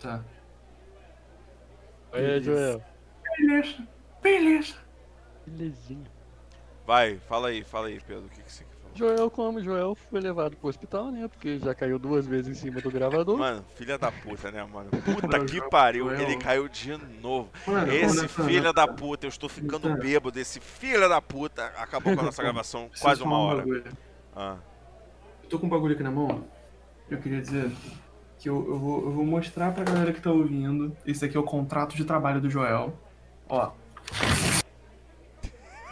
Tá. Aí, É, Joel. Beleza. Beleza. Belezinha. Vai, fala aí, fala aí, Pedro. O que, que você quer falar? Joel, como Joel foi levado pro hospital, né? Porque já caiu duas vezes em cima do gravador. Mano, filha da puta, né, mano? Puta que pariu, ele caiu de novo. Mano, Esse mano, filha da puta, eu estou ficando bêbado. Esse filha da puta acabou com a nossa gravação preciso quase uma falar um hora. bagulho. Ah, Eu tô com um bagulho aqui na mão. Eu queria dizer que eu, eu, vou, eu vou mostrar pra galera que tá ouvindo. Esse aqui é o contrato de trabalho do Joel. Ó.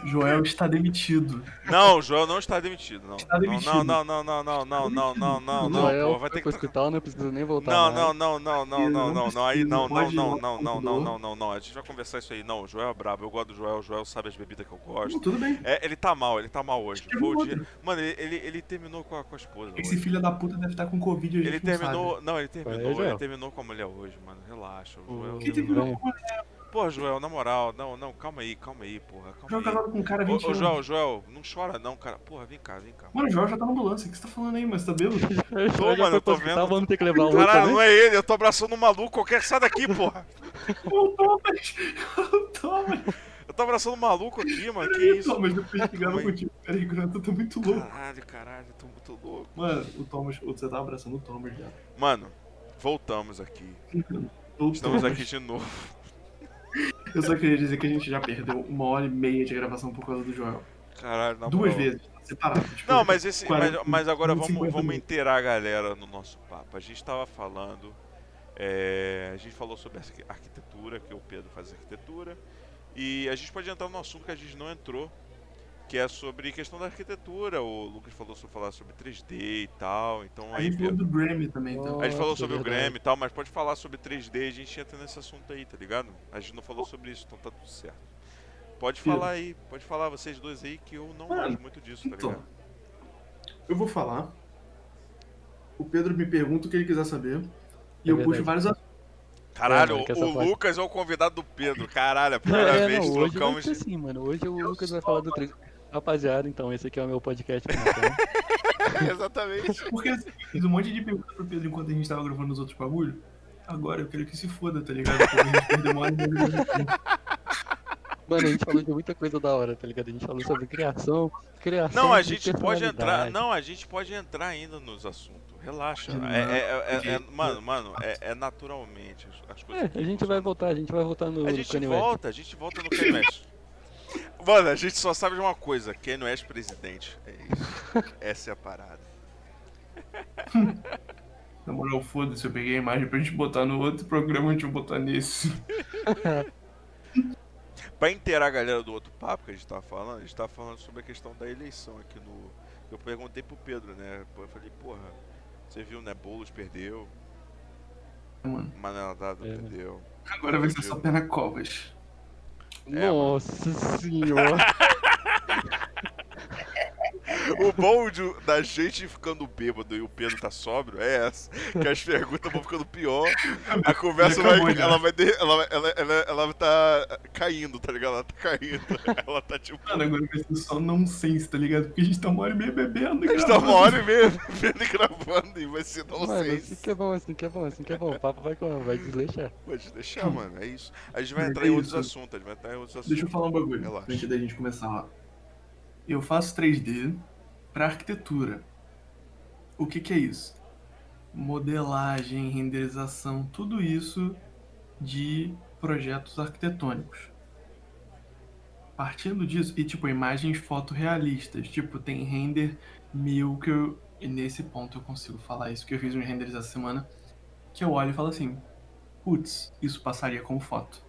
Joel está demitido. Não, o Joel não está demitido, não. Está demitido. Não, não, não, não, não, não, não, não, não, não, Joel pô, vai foi ter pro que. hospital, não precisa nem voltar. Não, mais. não, não, não, não, não, não, não, aí não, não, não, não, não, não, não, não, não. A gente vai conversar isso aí. Não, o Joel é brabo, eu gosto do Joel, o Joel sabe as bebidas que eu gosto. Não, tudo bem. É, ele tá mal, ele tá mal hoje. Que Foi o foda. dia- Mano, ele, ele, ele terminou com a, com a esposa. Esse hoje. filho da puta deve estar com Covid. a gente Ele não terminou. Não, ele Aí, terminou. Joel. Ele terminou com a mulher hoje, mano. Relaxa. O Joel Hum. sabe. Que terminou. terminou? Pô, Joel, na moral, não, não, calma aí, calma aí, porra. O Joel Calma aí. casado com um cara há Ô, 20 ô, anos. Joel, Joel, não chora não, cara. Porra, vem cá, vem cá. Mano, o Joel já tá na ambulância. O que você tá falando aí, mano? Você tá bêbado? Joel já Tô, foi mano, pro eu tô hospital, vendo. Vamos ter que levar o né? outro Caralho, também? não é ele, eu tô abraçando um maluco qualquer. Sai daqui, porra. Ô, Thomas! Ô, Thomas! Eu tô abraçando um maluco aqui, mano. Que Peraí, isso? Thomas, depois que grava Calma aí. contigo. Peraí, Granta, eu tô muito louco. Caralho, caralho, eu tô muito louco. Mano, o Thomas, você tá abraçando o Thomas já. Mano, voltamos aqui. O Estamos Thomas. aqui de novo. Eu só queria dizer que a gente já perdeu uma hora e meia de gravação por causa do Joel. Caralho, na Duas moral. vezes, separado. Tipo, Não, mas esse. 40, mas, mas agora 50 vamos, vamos minutos. inteirar a galera no nosso papo. A gente tava falando. é, a gente falou sobre arqui- arquitetura, que o Pedro faz arquitetura. E a gente pode entrar num assunto que a gente não entrou, que é sobre questão da arquitetura. O Lucas falou sobre falar sobre 3D e tal. Então A aí, gente falou Pedro. do Grammy também, então. do- é- A gente falou Nossa, sobre o verdade. Grêmio e tal, mas pode falar sobre 3D, a gente entra nesse assunto aí, tá ligado? A gente não falou sobre isso, então tá tudo certo. Pode Pedro. falar aí, pode falar vocês dois aí que eu não Mano, manjo muito disso, tá ligado? Então, eu vou falar. O Pedro me pergunta o que ele quiser saber. E É eu puxo verdade. vários assuntos. Caralho, É, mano, que essa o parte- Lucas é o convidado do Pedro. Caralho, a Não, primeira é, vez não, hoje vai trocamos. ser de- assim, mano. Hoje o Lucas vai falar do três. Rapaziada, então, esse aqui é o meu podcast. né, então. Exatamente. Porque assim, eu fiz um monte de pergunta pro Pedro enquanto a gente tava gravando os outros bagulho. Agora eu quero que se foda, tá ligado? Porque a gente perdeu uma hora e meia de gravação. Mano, a gente falou de muita coisa da hora, tá ligado? A gente falou sobre criação, criação. Não, a de gente pode entrar. personalidade. Não, a gente pode entrar ainda nos assuntos. Relaxa. Não, É, é- é- porque- é- mano, mano, é, é naturalmente as, as coisas. É, a gente vai voltar, a gente vai voltar no, A no gente Kanye West. volta, a gente volta no Kanye West. Mano, a gente só sabe de uma coisa, Kanye West presidente. É isso. Essa é a parada. Na moral, foda-se, eu peguei a imagem pra gente botar no outro programa, a gente vai botar nesse. Pra inteirar a galera do outro papo que a gente tava falando, a gente tava falando sobre a questão da eleição aqui no. Eu perguntei pro Pedro, né? Pô, Eu falei, porra, você viu, né? Boulos perdeu, Mano, Manuela Dado É, né? perdeu. agora vai ser só Pena Covas. É, mano. Nossa senhora. O bom de- da gente ficando bêbado e o Pedro tá sóbrio é essa. Que as perguntas vão ficando pior. A conversa Acabou, vai. né? Ela vai. de- ela, ela, ela, ela tá caindo, tá ligado? Ela tá caindo. Ela tá tipo. Mano, agora vai ser só nonsense, tá ligado? Porque a gente tá uma hora e meia bebendo. A gente tá uma hora e meia vendo e gravando e vai ser não Mano, sei. assim que é bom, assim que é bom, assim que é bom. O papo vai como? Vai desleixar. Pode deixar, mano. É isso. A gente vai Mas entrar Hum. é em outros isso. assuntos. A gente vai entrar em outros assuntos. Deixa eu falar um bagulho Relaxa. antes da gente começar. Ó. Eu faço 3D pra arquitetura. O que, que é isso? Modelagem, renderização, tudo isso de projetos arquitetônicos. Partindo disso, e tipo, imagens fotorrealistas. Tipo, tem render mil que eu. E nesse ponto eu consigo falar isso, que eu fiz uns renders essa semana. Que eu olho e falo assim: putz, isso passaria como foto.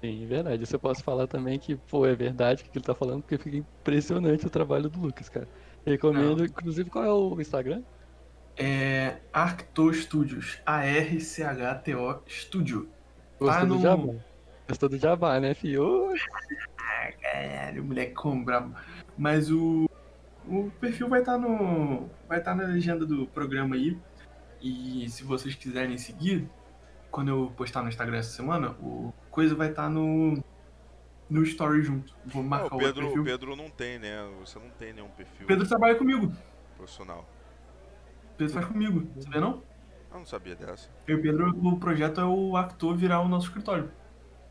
Sim, é verdade. Isso eu posso falar também que, pô, é verdade o que ele tá falando, porque fica impressionante o trabalho do Lucas, cara. Recomendo, inclusive, qual é o Instagram? É Arcto Studios. A-R-C-H-T-O Studio. Gostou Ah, do no- Jabá? Gostou do Jabá, né, filho? Ô, Caralho, molecão brabo. Mas o, o perfil vai estar no. Vai estar na legenda do programa aí. E se vocês quiserem seguir, quando eu postar no Instagram essa semana, o coisa vai estar no. No story junto. Vou Ah, marcar o o, outro Pedro, perfil. o Pedro não tem, né? Você não tem nenhum perfil Pedro trabalha comigo. profissional. Pedro faz comigo. Sabia não? Eu não sabia dessa. Eu e o Pedro, o projeto é o Actor virar o nosso escritório.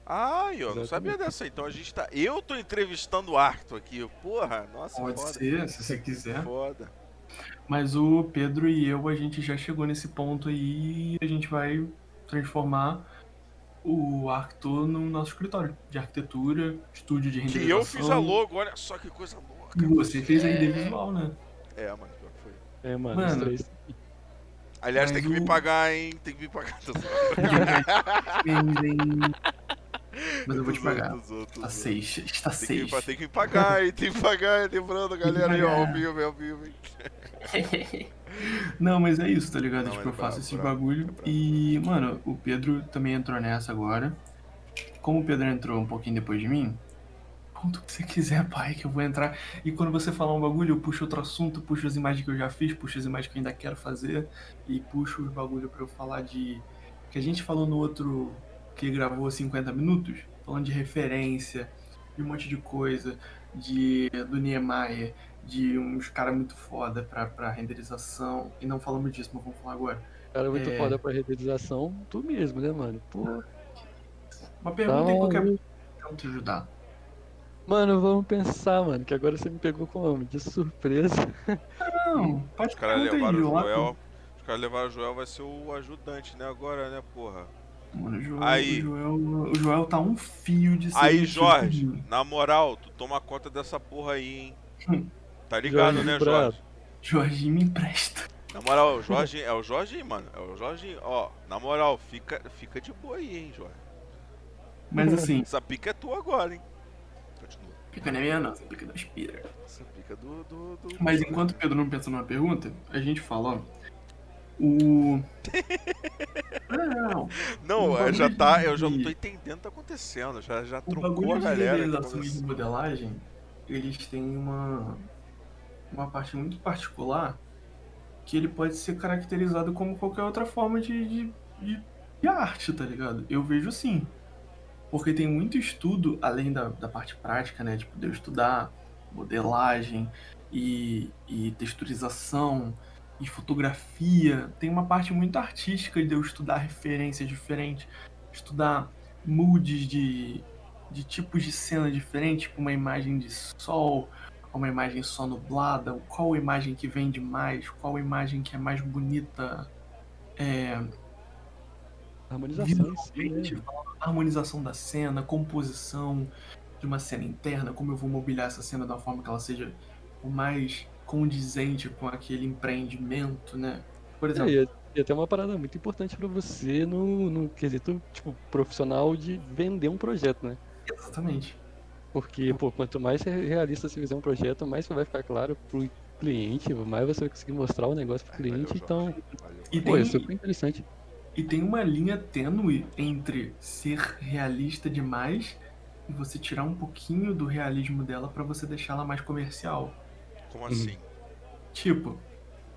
Ah, eu não Exatamente. sabia dessa. Então a gente tá. Eu tô entrevistando o Arthur aqui. Porra, nossa, Pode é foda. ser, né? se você quiser. Foda. Mas o Pedro e eu, a gente já chegou nesse ponto aí e a gente vai transformar o Arctur no nosso escritório de arquitetura, estúdio de Que renderização. eu fiz a logo, olha só que coisa louca. E você fez a ID visual, né? É, mano, pior que foi. É, mano, os Mano. três. Aliás, Mas tem que me o- pagar, hein? Tem que me pagar dos outros. Vem, vem. Mas eu vou te dos outros, pagar. dos outros, Está dos seis, está outros. Tem seis. que, tem que me pagar, hein? Tem que pagar, hein? Lembrando, galera, aí, ó, ao pagar. vivo, é ao vivo, hein? Não, mas é isso, tá ligado? Não, tipo, é eu faço brabo, esses brabo, é bagulho. brabo. e, mano, o Pedro também entrou nessa agora. Como o Pedro entrou um pouquinho depois de mim, conta o que você quiser, pai, que eu vou entrar. E quando você falar um bagulho, eu puxo outro assunto, puxo as imagens que eu já fiz, puxo as imagens que eu ainda quero fazer. E puxo os bagulho pra eu falar de. Que a gente falou no outro que gravou 50 minutos, falando de referência, de um monte de coisa, de do Niemeyer de uns caras muito foda pra, pra renderização. E não falamos disso, mas vamos falar agora. Cara, muito É. foda pra renderização, tu mesmo, né, mano? Pô, Uma tá pergunta em qualquer maluco. momento te ajudar. Mano, vamos pensar, mano, que agora você me pegou como? De surpresa. Não, pode Os caras pergunta levaram aí, o Lota. Joel. Os caras levaram o Joel, vai ser o ajudante, né? Agora, né, porra? Mano, o Joel, Aí. O, Joel, o Joel tá um fio de ser Aí, metido Jorge, comigo. na moral, tu toma conta dessa porra aí, Hum. hein? Tá ligado, Jorge né, brabo. Jorge? Jorge, me empresta. Na moral, o Jorge, é o Jorge, mano. É o Jorge, ó. Na moral, fica, fica de boa aí, hein, Jorge. Mas assim, Essa pica é tua agora, hein? Continua. pica não é minha não, essa pica da Spira. Essa pica é do. do, do- Mas enquanto o Pedro não pensa numa pergunta, a gente fala, ó. O. Não, Não, o é, já bagulho tá. de- Eu já não tô entendendo o que tá acontecendo. Já, já O trocou bagulho a de galera. tá que renderização e de tava- modelagem, eles têm uma, uma parte muito particular que ele pode ser caracterizado como qualquer outra forma de, de, de- de arte, tá ligado? Eu vejo sim. Porque tem muito estudo, além da, da parte prática, né? De poder estudar modelagem e, e texturização e fotografia. Tem uma parte muito artística de eu estudar referências diferentes, estudar moods de, de tipos de cena diferente, tipo uma imagem de sol, uma imagem só nublada, qual imagem que vende mais, qual imagem que é mais bonita, Harmonização em si, né? visualmente, harmonização da cena, composição de uma cena interna, como eu vou mobiliar essa cena da forma que ela seja o mais condizente com aquele empreendimento, né? Por exemplo, É, e até uma parada muito importante pra você no, no quesito, tipo, profissional de vender um projeto, né? exatamente. Porque, pô, quanto mais re- realista você fizer um projeto, mais vai ficar claro pro cliente, mais você vai conseguir mostrar o negócio pro Ai, valeu, cliente, então, Jorge. Valeu, E pô, é tem- super interessante. E tem uma linha tênue entre ser realista demais e você tirar um pouquinho do realismo dela pra você deixar ela mais comercial. valeu. Como Uhum. assim? Tipo,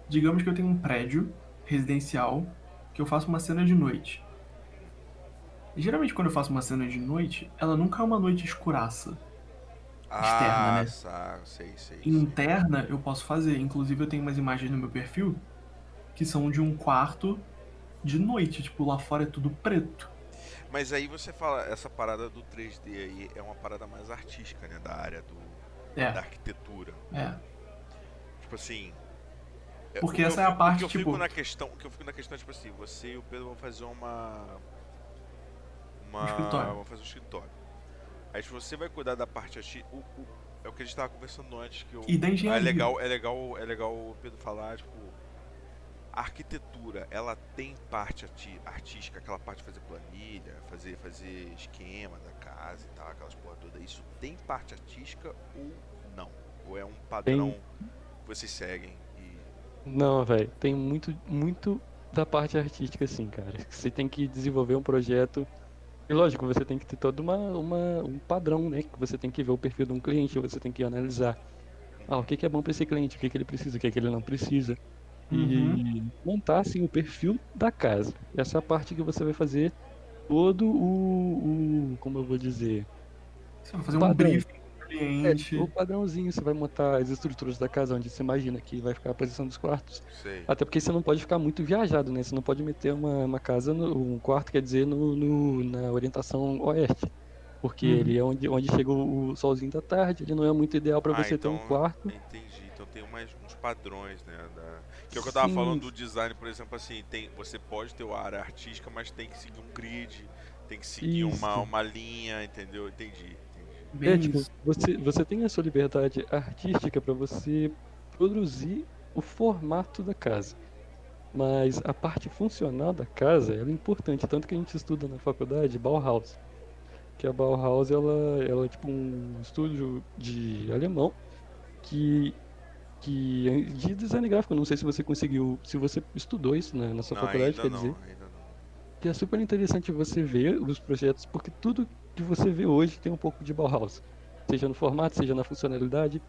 digamos que eu tenho um prédio residencial que eu faço uma cena de noite. Geralmente quando eu faço uma cena de noite, ela nunca é uma noite escuraça. Ah, né? sa- sei, sei. sei. Interna eu posso fazer, inclusive eu tenho umas imagens no meu perfil que são de um quarto de noite, tipo lá fora é tudo preto. Mas aí você fala, essa parada do 3D aí é uma parada mais artística, né? Da área do, da É, arquitetura. é. Tipo assim. Porque o que essa eu é a fico- parte, o que eu tipo- fico na questão, o que eu fico na questão é, tipo assim, você e o Pedro vão fazer uma uma Um escritório. vão fazer um escritório. Aí se você vai cuidar da parte arti- o, o- é o que a gente tava conversando antes que eu E da é engenharia. legal, é legal, é legal o Pedro falar, tipo, a arquitetura, ela tem parte arti- artística, aquela parte de fazer planilha, fazer fazer esquema da casa e tal, aquelas porra toda. Isso tem parte artística ou não? Ou é um padrão que vocês seguem e Não, velho, tem muito, muito da parte artística, assim, cara. Você tem que desenvolver um projeto. E lógico, você tem que ter todo uma, uma, um padrão, né? Que você tem que ver o perfil de um cliente, você tem que analisar. Ah, o que que é bom pra esse cliente, o que que ele precisa, o que que ele não precisa. E montar, assim, o perfil da casa. Essa é a parte que você vai fazer todo o. o- como eu vou dizer? Você vai fazer um Padrão. briefing cliente. É, o padrãozinho, você vai montar as estruturas da casa onde você imagina que vai ficar a posição dos quartos. Sei. Até porque você não pode ficar muito viajado, né? Você não pode meter uma, uma casa, no, um quarto, quer dizer, no, no- na orientação oeste. Porque Uhum. ele é onde, onde chega o o solzinho da tarde, ele não é muito ideal para Ah, você ter então- um quarto. Entendi. Então tem umas, uns padrões, né? da- Que é o que eu tava Sim. falando do design, por exemplo, assim, tem, você pode ter uma área artística, mas tem que seguir um grid, tem que seguir uma, Isso. uma linha, entendeu? Entendi. entendi. Bem É, tipo, isso. você, você tem a sua liberdade artística para você produzir o formato da casa. Mas a parte funcional da casa ela é importante, tanto que a gente estuda na faculdade Bauhaus. Que a Bauhaus ela, ela é tipo um estúdio de alemão que, que é de design gráfico. Não sei se você conseguiu, se você estudou isso né, na, na sua Não, faculdade, ainda quer não, dizer ainda não. que é super interessante você ver os projetos, porque tudo que você vê hoje tem um pouco de Bauhaus, seja no formato, seja na funcionalidade.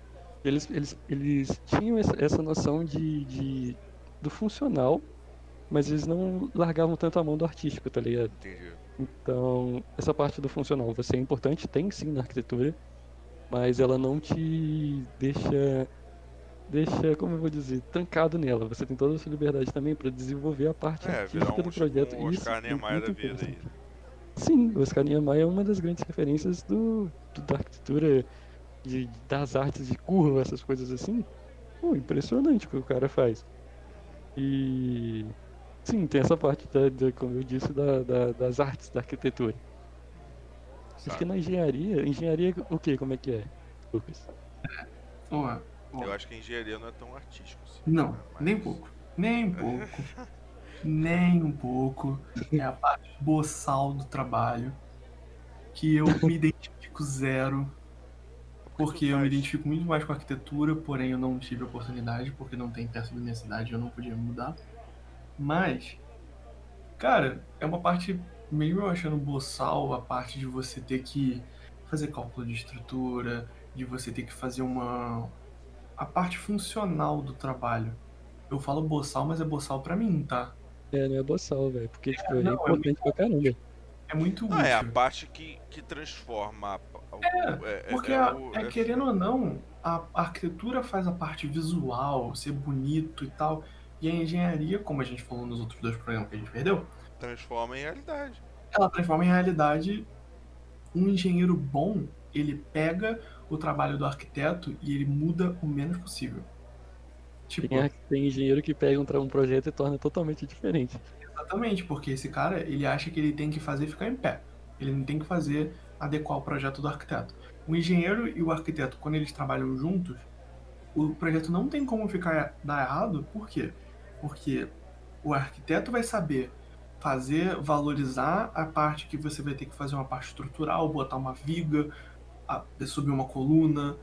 Eles, eles, eles tinham essa, essa noção de, de- do funcional, mas eles não largavam tanto a mão do artístico, tá ligado? Entendi. Então, essa parte do funcional você é importante, tem sim na arquitetura, mas ela não te deixa deixa, como eu vou dizer, trancado nela. Você tem toda a sua liberdade também para desenvolver a parte É, artística virar um, do Ah, projeto. um Isso Oscar é Niemeyer da muito vida aí. importante. Sim, o Oscar Niemeyer é uma das grandes referências do, do- da arquitetura, de, das artes de curva, essas coisas assim. Pô, impressionante o que o cara faz. E. Sim, tem essa parte, da, da- como eu disse, da- da- das artes da arquitetura. Acho sabe? que na engenharia. Engenharia, o que? Como é que é, Lucas? Ó, Eu acho que a engenharia não é tão artístico assim. Não, né, mas- nem pouco. Nem um pouco. nem um pouco. É a parte boçal do trabalho. Que eu me identifico zero. Porque eu me faz? identifico muito mais com a arquitetura, porém eu não tive oportunidade, porque não tem perto da minha cidade e eu não podia me mudar. Mas, cara, é uma parte, mesmo eu achando boçal, a parte de você ter que fazer cálculo de estrutura, de você ter que fazer uma. a parte funcional do trabalho. Eu falo boçal, mas é boçal pra mim, tá? É, não é boçal, velho. Porque, tipo, é não, é importante pra caramba. É muito útil. Não, é a parte que, que transforma. a pa- o- é, é- Porque, é a- o- é, é- querendo ou não, a a arquitetura faz a parte visual, ser bonito e tal. E a engenharia, como a gente falou nos outros dois programas que a gente perdeu, transforma em realidade. ela transforma em realidade. Um engenheiro bom, ele pega o trabalho do arquiteto e ele muda o menos possível. Tipo, Tem, ar- tem engenheiro que pega um, tra- um projeto e torna totalmente diferente. exatamente, porque esse cara, ele acha que ele tem que fazer ficar em pé. Ele não tem que fazer adequar o projeto do arquiteto. O engenheiro e o arquiteto, quando eles trabalham juntos, o projeto não tem como ficar dar errado, por quê? Porque o arquiteto vai saber fazer, valorizar a parte que você vai ter que fazer uma parte estrutural, botar uma viga, a- subir uma coluna.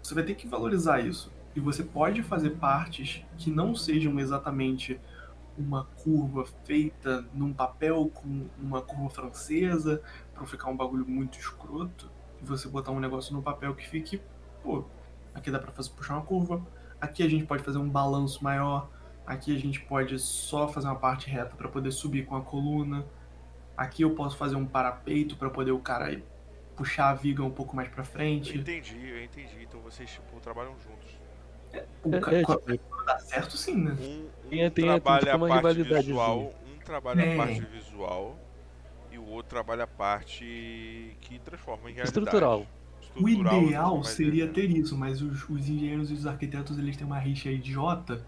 Você vai ter que valorizar isso. E você pode fazer partes que não sejam exatamente uma curva feita num papel com uma curva francesa, pra ficar um bagulho muito escroto, e você botar um negócio no papel que fique, pô, aqui dá pra fazer puxar uma curva, aqui a gente pode fazer um balanço maior, aqui a gente pode só fazer uma parte reta pra poder subir com a coluna, aqui eu posso fazer um parapeito pra poder o cara ir puxar a viga um pouco mais pra Eu frente. entendi, eu entendi. Então vocês tipo, trabalham juntos. O É, ca- é, quando tipo, dá certo, sim, né? Um, Tem- um tem- tem, trabalha tipo, uma a parte rivalidadezinha. visual, um trabalha a Tem. parte visual e o outro trabalha a parte que transforma em realidade. estrutural. O Estrutural, ideal mas é- seria ter isso, mas os, os engenheiros e os arquitetos eles têm uma rixa idiota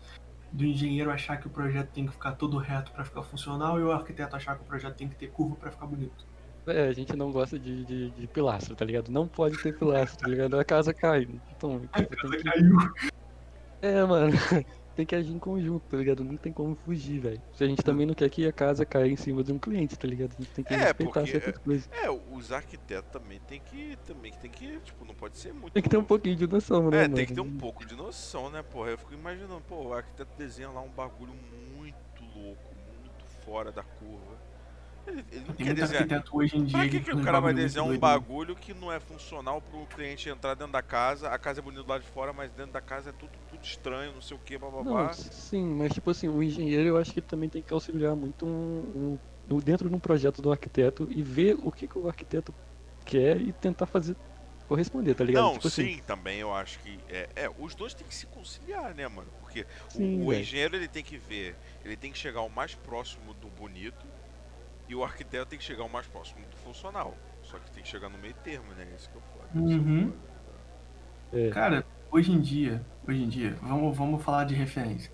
do engenheiro achar que o projeto tem que ficar todo reto pra ficar funcional e o arquiteto achar que o projeto tem que ter curva pra ficar bonito. É, a gente não gosta de, de, de pilastro, tá ligado? Não pode ter pilastro, tá ligado? A casa cai. Então, Aí tipo, tem você que... caiu. É, mano. Tem que agir em conjunto, tá ligado? Não tem como fugir, velho. Se a gente também não quer que a casa caia em cima de um cliente, tá ligado? A gente tem que Uhum. É, respeitar porque- certas coisas. É, os arquitetos também tem que. Também tem que. Tipo, não pode ser muito. Tem que ter um pouquinho de noção, né, É, mano? tem que ter um pouco de noção, né, porra? Eu fico imaginando, pô, o arquiteto desenha lá um bagulho muito louco, muito fora da curva. Ele, ele não Tem quer muito desenhar. arquiteto hoje em dia. Pra que, que faz o uns cara vai bagulho muito desenhar um doido, né? bagulho que não é funcional pro cliente entrar dentro da casa? A casa é bonita do lado de fora, mas dentro da casa é tudo, tudo estranho, não sei o que, Não, bababá. sim, mas tipo assim, o engenheiro eu acho que ele também tem que auxiliar muito um, um- um- dentro de um projeto do arquiteto e ver o que, que o arquiteto quer e tentar fazer corresponder, tá ligado? Não, Tipo assim, sim, também eu acho que. É, é, os dois têm que se conciliar, né, mano? Porque o- Sim, o, velho. engenheiro ele tem que ver, ele tem que chegar o mais próximo do bonito e o arquiteto tem que chegar o mais próximo do funcional. Só que tem que chegar no meio termo, né? Isso que eu foda. isso é Uhum. foda. é, Cara, hoje em dia, hoje em dia, vamos, vamos falar de referência.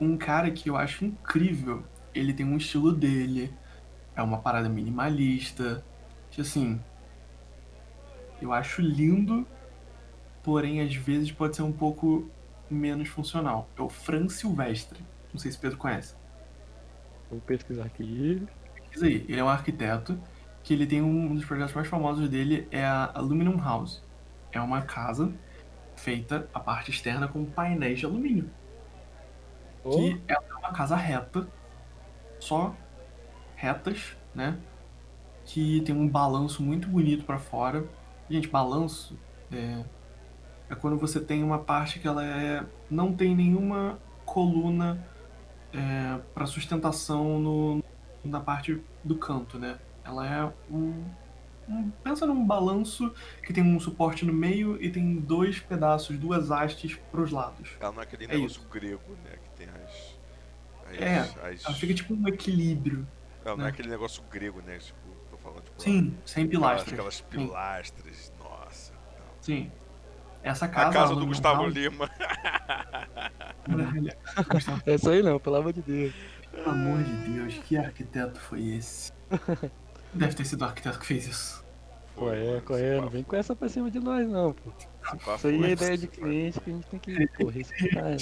Um cara que eu acho incrível, ele tem um estilo dele, é uma parada minimalista, que assim, eu acho lindo, porém às vezes pode ser um pouco menos funcional. É o Fran Silvestre, não sei se o Pedro conhece. vou pesquisar aqui. Pesquisa aí, ele é um arquiteto, que ele tem um, um dos projetos mais famosos dele é a Aluminum House. É uma casa feita a parte externa com painéis de alumínio. Que- que ela é uma casa reta, só retas, né? Que tem um balanço muito bonito pra fora. Gente, balanço é, é quando você tem uma parte que ela é, não tem nenhuma coluna é, para sustentação no, na parte do canto, né? Ela é um, um- pensa num balanço que tem um suporte no meio e tem dois pedaços, duas hastes pros lados. Ela não é aquele É negócio grego, né? Que tem as. as- É, as- Ela fica tipo um equilíbrio. Ela não é né? aquele negócio grego, né? Tipo, tô falando tipo. Sim, sem Aquelas, pilastras. aquelas Sim, pilastras, nossa. Sim. Essa A casa. casa lá do no Gustavo Manaus, Lima. caralho, Gustavo, Essa É aí não, pelo amor de Deus. Pelo amor de Deus, que arquiteto foi esse? Deve ter sido o arquiteto que fez isso. Qual é, qual é? Não vem com essa pra cima de nós, não, pô. Isso aí é ideia de cliente que a gente tem que, pô, respeitar. né?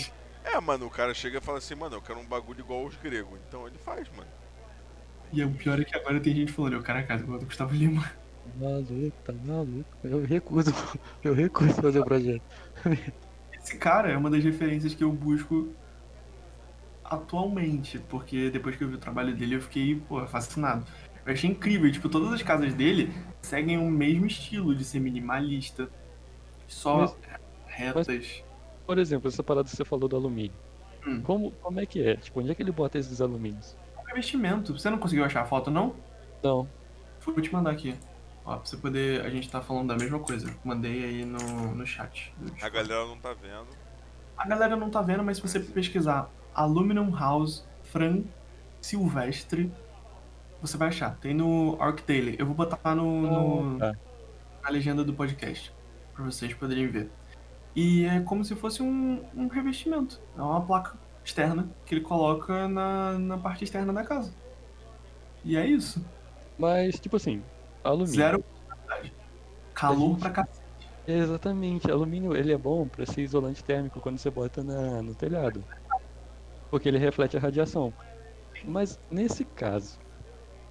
É, mano, o cara chega e fala assim, mano, eu quero um bagulho igual os gregos. Então ele faz, mano. E o pior é que agora tem gente falando, eu cara a casa igual a do Gustavo Lima. Maluco, tá maluco. Eu recuso, eu recuso fazer o projeto. Esse cara é uma das referências que eu busco atualmente, porque depois que eu vi o trabalho dele eu fiquei, pô, fascinado. Eu achei incrível, tipo, todas as casas dele seguem o mesmo estilo de ser minimalista, só Mas- retas. Por exemplo, essa parada que você falou do alumínio. Hum. Como, como é que é? Tipo, onde é que ele bota esses alumínios? investimento. Você não conseguiu achar a foto, não? Não, Vou te mandar aqui. Ó, pra você poder. A gente tá falando da mesma coisa. Mandei aí no, no chat. A galera não tá vendo. A galera não tá vendo, mas se você pesquisar Aluminum House Fran Silvestre, você vai achar. Tem no Orc Daily. Eu vou botar no, no- Ah, na legenda do podcast. Pra vocês poderem ver. E é como se fosse um, um revestimento. É uma placa externa que ele coloca na, na parte externa da casa. E é isso. mas, tipo assim, alumínio. Zero possibilidade. Calor pra cacete. Exatamente, alumínio ele é bom para ser isolante térmico quando você bota na, no telhado, porque ele reflete a radiação. Mas nesse caso,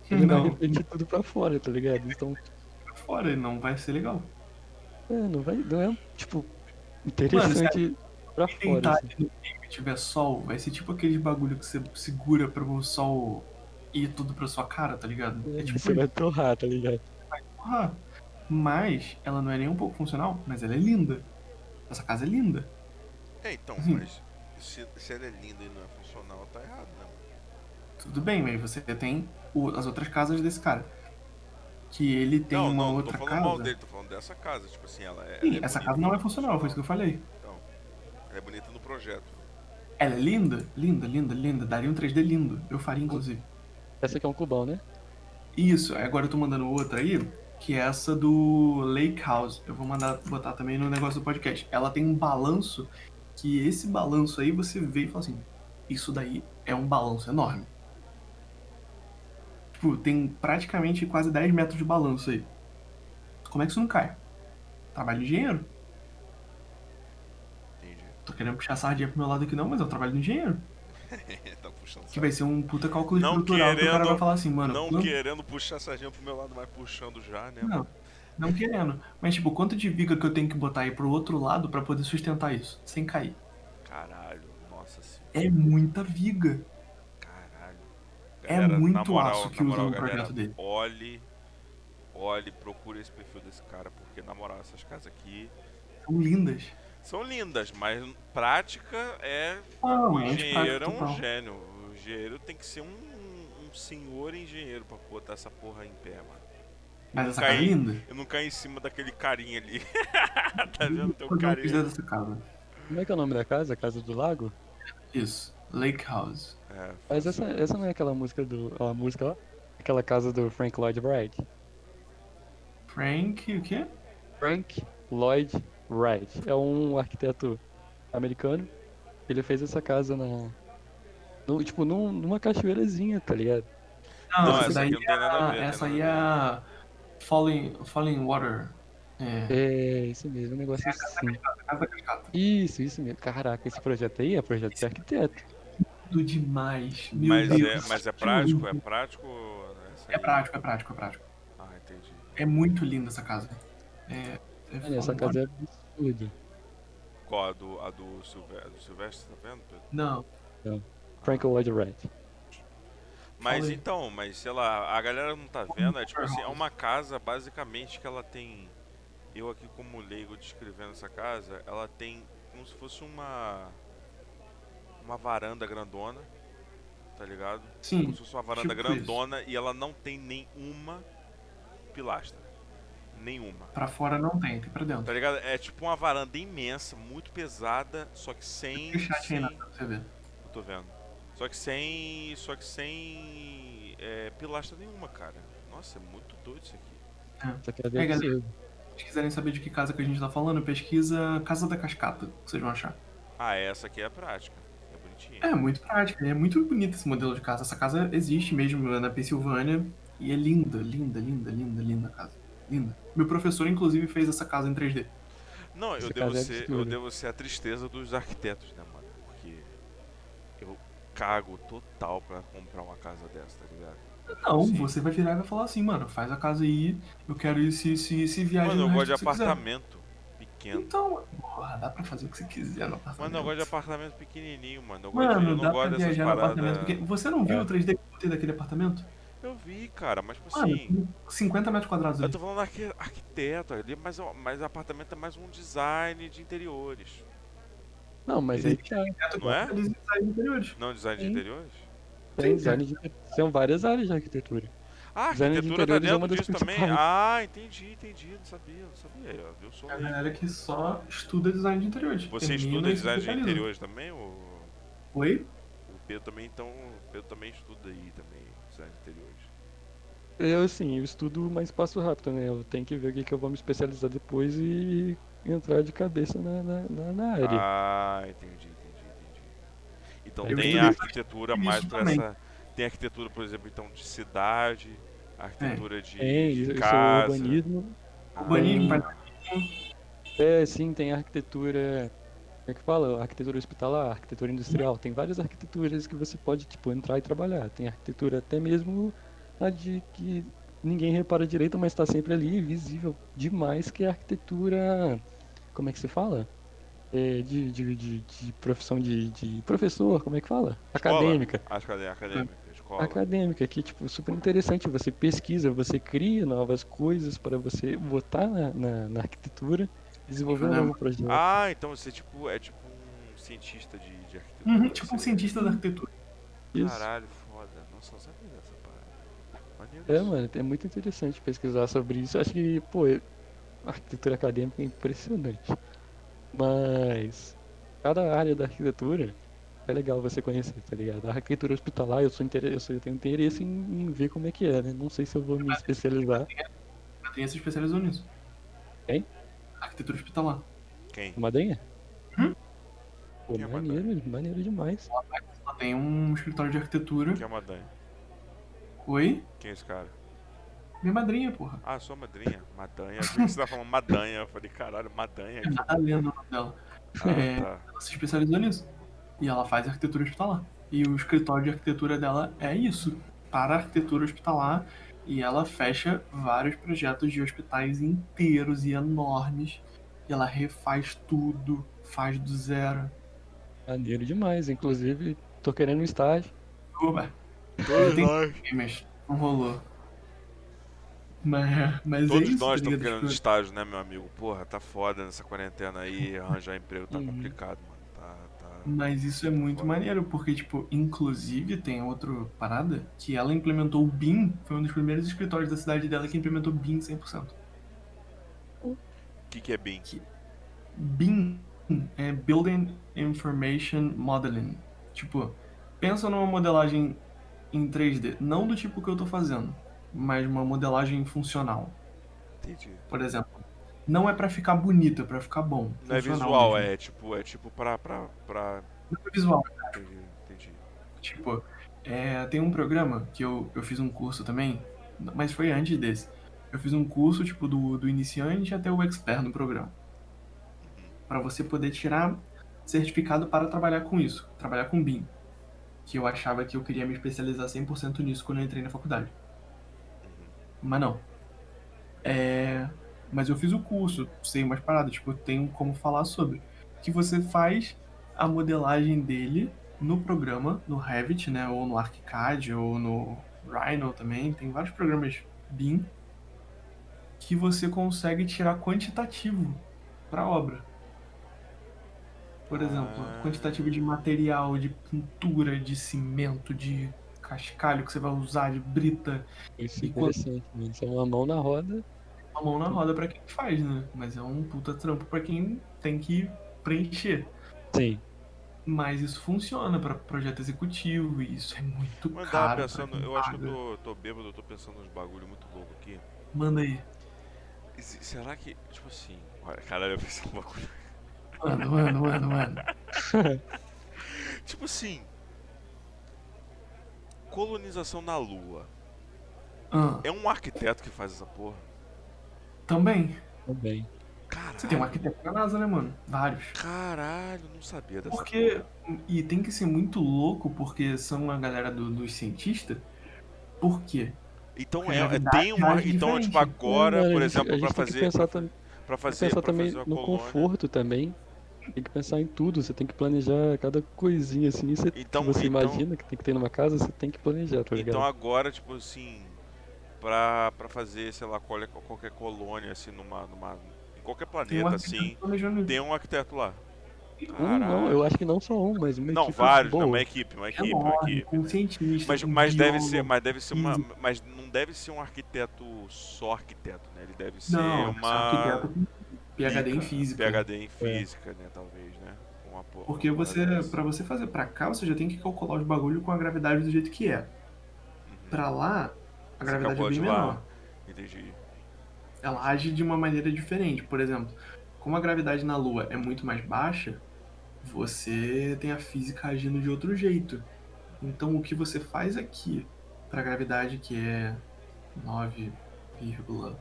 ele vai Não, refletir tudo para fora, tá ligado? Então, pra fora, não vai ser legal. é, não vai, não é tipo interessante para Se fora. tentar Assim. tá ali no meio e tiver sol, vai ser tipo aqueles bagulho que você segura pra o sol ir tudo pra sua cara, tá ligado? É tipo, Você vai torrar, tá ligado? porra. Mas ela não é nem um pouco funcional, mas ela é linda. Essa casa é linda. É, então, Hum. mas se, se ela é linda e não é funcional, tá errado, né? mano? Tudo bem, mas você tem o- as outras casas desse cara. Que ele tem não, uma não, não tô outra falando casa. mal dele, tô falando dessa casa. Tipo assim, ela é. Sim, ela é essa bonita casa não é no funcional, foi isso que eu falei. Ela é bonita no projeto. Ela é linda, linda, linda, linda. Daria um 3D lindo. Eu faria, inclusive. Essa aqui é um cubão, né? Isso, agora eu tô mandando outra aí, que é essa do Lake House. Eu vou mandar botar também no negócio do podcast. Ela tem um balanço que esse balanço aí você vê e fala assim: isso daí é um balanço enorme. Tipo, tem praticamente quase 10 metros de balanço aí. Como é que isso não cai? Trabalho de engenheiro. Entendi. Tô querendo puxar a sardinha pro meu lado aqui não, mas é o trabalho do engenheiro. tá puxando Que sarro. vai ser um puta cálculo Não estrutural que o cara querendo- vai falar assim, mano. Não quanto- querendo puxar sardinha pro meu lado, mas puxando já, né? Não, não querendo. Mas, tipo, quanto de viga que eu tenho que botar aí pro outro lado pra poder sustentar isso? Sem cair. Caralho, nossa senhora. É muita viga. Caralho. É muito aço que usa no projeto dele. Olhe, olhe, procure esse perfil desse cara, porque na moral, essas casas aqui São lindas. são lindas, mas prática é. Não, o é engenheiro é antipático um total. gênio. O engenheiro tem que ser um, um senhor engenheiro pra botar essa porra em pé, mano. Mas essa casa é caí. linda. Eu não caí em cima daquele carinha ali. tá vendo teu Quando eu fiz carinha? dentro dessa casa. Como é que é o nome da casa? Casa do Lago? Isso. Lake House. É, Mas essa, essa não é aquela música do. A música lá? Aquela casa do Frank Lloyd Wright. Frank, o quê? Frank Lloyd Wright. É um arquiteto americano. Ele fez essa casa na. no- tipo, num- numa cachoeirazinha, tá ligado? Não, Não, essa, essa daí aqui não tem é nada a a, ver, essa tem aí é a Falling, Falling Water. É, É, isso mesmo, um negócio assim. Casa da Cascata. Isso, isso mesmo. Caraca, esse projeto aí é projeto de arquiteto. Tudo demais. Meu mas, é, Deus. mas é que prático? É lindo. prático? essa É aí? prático, é prático, é prático. Ah, entendi. É muito linda essa casa. É, é Olha, essa foda. casa é absurda. Qual? A do, a do, Silve- a do Silvestre, tá vendo, Pedro? é Não, Frank Lloyd Wright. Mas aí. então, mas sei lá, a galera não tá vendo, é tipo assim, é uma casa basicamente que ela tem. Eu aqui como leigo descrevendo essa casa, ela tem como se fosse uma. Uma varanda grandona, tá ligado? sim. Como se fosse uma varanda tipo grandona e ela não tem nenhuma pilastra. Nenhuma. Pra fora não tem, tem pra dentro. Tá ligado? É tipo uma varanda imensa, muito pesada, só que sem. Tem o chat sem aí na tela pra você ver. eu tô vendo. Só que sem. Só que sem. é, pilastra nenhuma, cara. Nossa, é muito doido isso aqui. Essa casa É, é galera. absurda. Se quiserem saber de que casa que a gente tá falando, pesquisa Casa da Cascata, que vocês vão achar. Ah, essa aqui é a prática. É bonitinha. É muito prática, é muito bonito esse modelo de casa. Essa casa existe mesmo é na Pensilvânia e é linda, linda, linda, linda, linda a casa. Linda. Meu professor, inclusive, fez essa casa em 3D. Não, eu Essa devo, casa é ser, eu absurda. devo ser a tristeza dos arquitetos, né, mano? Porque eu cago total pra comprar uma casa dessa, tá ligado? Não, Sim. você vai virar e vai falar assim, mano, faz a casa aí, eu quero ir se, se, se viagem. Mano, eu no gosto de resto que você quiser. apartamento pequeno. Então, porra, dá pra fazer o que você quiser no apartamento. Mano, eu gosto de apartamento pequenininho, mano. Eu, gosto de- é eu Mano, não dá pra gosto dessas viajar no apartamento. paradas. Porque você não viu É. o 3D que eu botei daquele apartamento? Eu vi, cara, mas tipo Mano, assim. com 50 metros quadrados Eu ali. tô Uhum. falando arqui arquiteto ali, mas, ó, mas apartamento é mais um design de interiores. Não, mas aí tá. Arquiteto não é? gosta dos ensaios interiores. Não design de Sim. interiores? Tem né? design de... São várias áreas de arquitetura. Ah, Design de arquitetura interiores tá é dentro uma das disso também? principais. Ah, entendi, entendi. Não sabia, não sabia. aí, ó, viu? Sou um- É a leigo. galera que só estuda design de interiores. Você Termina estuda e design de especializa. interiores também? Ou... Oi? O Pedro também, então. O Pedro também estuda aí também, design de interiores. Eu, assim, eu estudo, mas passo rápido, né? Eu tenho que ver o que, que eu vou me especializar depois e entrar de cabeça na, na, na- na área. Ah, entendi, entendi, entendi. Então Eu tem estudei a arquitetura isso mais pra também. essa. Tem arquitetura, por exemplo, então, de cidade, arquitetura de, É. tem, de isso isso é casa. urbanismo. Ah, Urbanismo, Tem- É, sim, tem arquitetura. Como é que fala? Arquitetura hospitalar, arquitetura industrial. Tem várias arquiteturas que você pode, tipo, entrar e trabalhar. Tem arquitetura até mesmo a de que ninguém repara direito, mas tá sempre ali, visível demais, que é a arquitetura. Como é que se fala? É, de, de, de, de profissão de, de professor, como é que fala? Acadêmica. Acho que é acadêmica, escola. acadêmica, que tipo, super interessante. Você pesquisa, você cria novas coisas para você botar na, na, na arquitetura, desenvolver um novo projeto. Ah, então você tipo, é tipo um cientista de, de arquitetura. Uhum, tipo um você- cientista da arquitetura. Isso. Caralho, foda. Nossa, eu sabia dessa parada. Maneiro É, isso. mano, é muito interessante pesquisar sobre isso. Acho que, pô, eu- a arquitetura acadêmica é impressionante. Mas cada área da arquitetura é legal você conhecer, tá ligado? A arquitetura hospitalar, eu sou intere- eu, sou- eu tenho interesse em, em ver como é que é, né? Não sei se eu vou me especializar. A Adriana se especializou nisso. Quem? Arquitetura hospitalar. Quem? Madenha? Hum? É Pô, Que maneiro, maneiro demais. Ela tem um escritório de arquitetura. Quem é a Madanha? Oi? Quem é esse cara? Minha madrinha, porra. Ah, sua madrinha? Madanha. Eu vi que você tá falando Madanha. Eu falei, caralho, Madanha. Ela tá lendo o nome dela. É. Ah, tá. Ela se especializou nisso. E ela faz arquitetura hospitalar. E o escritório de arquitetura dela é isso. Para a arquitetura hospitalar. E ela fecha vários projetos de hospitais inteiros e enormes. E ela refaz tudo. Faz do zero. Maneiro demais. Inclusive, tô querendo um estágio. Oba. Todos tem- nós. mas não rolou. Mas, mas é Todos isso, nós tá estamos ligado? querendo Tipo, estágio, né, meu amigo? Porra, tá foda nessa quarentena aí. Arranjar emprego tá Uhum. complicado, mano. Tá, tá. Mas isso é muito maneiro, porque, tipo, inclusive tem outra parada que ela implementou o BIM, foi um dos primeiros escritórios da cidade dela que implementou BIM 100%. O que, que é BIM? BIM é Building Information Modeling. Tipo, pensa numa modelagem em 3D, não do tipo que eu tô fazendo, mas uma modelagem funcional. Entendi. Por exemplo, não é pra ficar bonito, é pra ficar bom. Não é funcional visual, mesmo. é tipo, é tipo pra. pra, pra... Não é visual, Entendi, entendi. Tipo, é, tem um programa que eu, eu fiz um curso também, mas foi antes desse. Eu fiz um curso, tipo, do, do iniciante até o expert no programa. Pra você poder tirar certificado para trabalhar com isso, trabalhar com BIM. Que eu achava que eu queria me especializar 100% nisso quando eu entrei na faculdade. Mas não. É, mas eu fiz o curso, sei umas paradas, tipo, eu tenho como falar sobre. Que você faz a modelagem dele no programa, no Revit, né, ou no ArchiCAD, ou no Rhino também, tem vários programas BIM que você consegue tirar quantitativo para obra. Por exemplo, Ah. quantitativo de material, de pintura, de cimento, de cascalho que você vai usar, de brita, Isso é E quando- interessante, né? Isso é uma mão na roda. a mão na roda para quem faz, né? Mas é um puta trampo para quem tem que preencher. Sim. Mas isso funciona para projeto executivo e isso é muito Mas eu tava caro. pra pensando, quem eu acho que paga. eu tô, tô bêbado, eu tô pensando uns bagulho muito louco aqui. Manda aí. E se- Será que, tipo assim. Olha, caralho, eu pensei um bagulho. Manda, manda, manda, manda. Tipo assim. Colonização na Lua. Ah, É um arquiteto que faz essa porra. também. Também. Caralho. Você tem um arquiteto na NASA, né, mano? Vários. Caralho, não sabia dessa Porque. porra. E tem que ser muito louco, porque são a galera do- dos cientistas. Por quê? Então Porque, é, na é- verdade, tem um ar- age Então, diferente. tipo, agora, Cara, a por gente- exemplo, a gente tem pra que fazer. pensar tam- Tem Pra que fazer, pensar pra também fazer uma no colônia. conforto também. Tem que pensar em tudo, você tem que planejar cada coisinha assim. Isso que Então, você então- imagina que tem que ter numa casa, você tem que planejar, tá ligado? Então agora, tipo assim, pra, pra fazer, sei lá, qual- é, qualquer colônia, assim, numa. numa em qualquer Tem um planeta, arquiteto assim, planejando tem um arquiteto lá. Um não, Então, Caralho. eu acho que não só um, mas uma Não, equipe vários, boa. não, uma equipe, uma equipe, uma enorme, equipe. com É um cientista. Mas, com mas deve ser, biólogo. mas deve ser uma, físico. mas não deve ser um arquiteto só arquiteto, né? Ele deve ser Não, uma né? arquiteto com PhD em pica, física. É. PhD em física, né, talvez, né? Uma porra, Porque uma você, parada dessa. para você fazer pra cá, você já tem que calcular os bagulho com a gravidade do jeito que é. Pra lá, a Você gravidade é calcula bem de lá. menor. Entendi. Ela age de uma maneira diferente. Por exemplo, como a gravidade na Lua é muito mais baixa, você tem a física agindo de outro jeito. Então, o que você faz aqui pra gravidade que é 9, vírgula-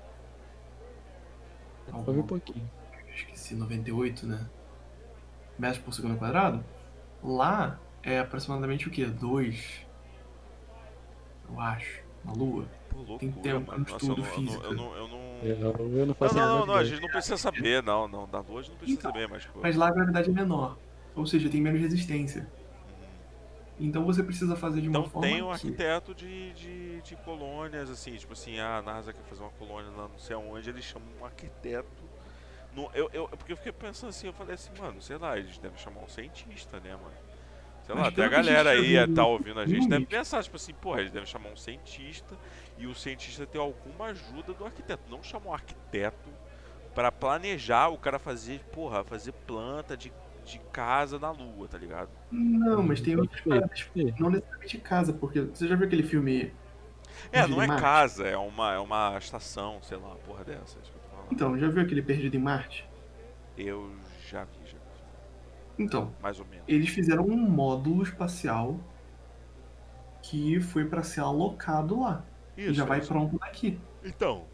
Só ver um pouquinho. esqueci, 98, né? Metros por segundo quadrado, lá é aproximadamente o quê? 2? Eu acho. Na Lua. Pô, loucura, tempo, mano. um Nossa, eu estudo não, físico. eu não, eu não, É, não, eu não Não, faço a não, não, menor não, a ideia. gente não precisa saber, não, não, da lua a gente não precisa Então, saber, mas, pô, Mas lá a gravidade é menor. Ou seja, tem menos resistência. Então você precisa fazer de uma Então forma tem um que... arquiteto de, de, de colônias, assim, tipo assim, ah, a NASA quer fazer uma colônia lá não sei aonde, eles chamam um arquiteto. No, eu, eu, porque eu fiquei pensando assim, eu falei assim, mano, sei lá, eles devem chamar um cientista, né, mano? Sei lá, Mas até pelo a que a gente galera já aí viu tá no ouvindo a gente, filme- deve pensar, tipo assim, porra, eles devem chamar um cientista e o cientista ter alguma ajuda do arquiteto. Não chamar um arquiteto pra planejar o cara fazer, porra, fazer planta de, de casa na lua, tá ligado? Não, mas tem outras Perfeito. paradas. Não necessariamente casa, porque você já viu aquele filme... É, Perdido não é em Marte? casa, é uma, é uma estação, sei lá, uma porra dessa. isso que eu tô falando. Então, já viu aquele Perdido em Marte? Eu já vi, já vi, Então, mais ou menos. eles fizeram um módulo espacial que foi pra ser alocado lá. Isso, e já vai um isso. pronto daqui. Então,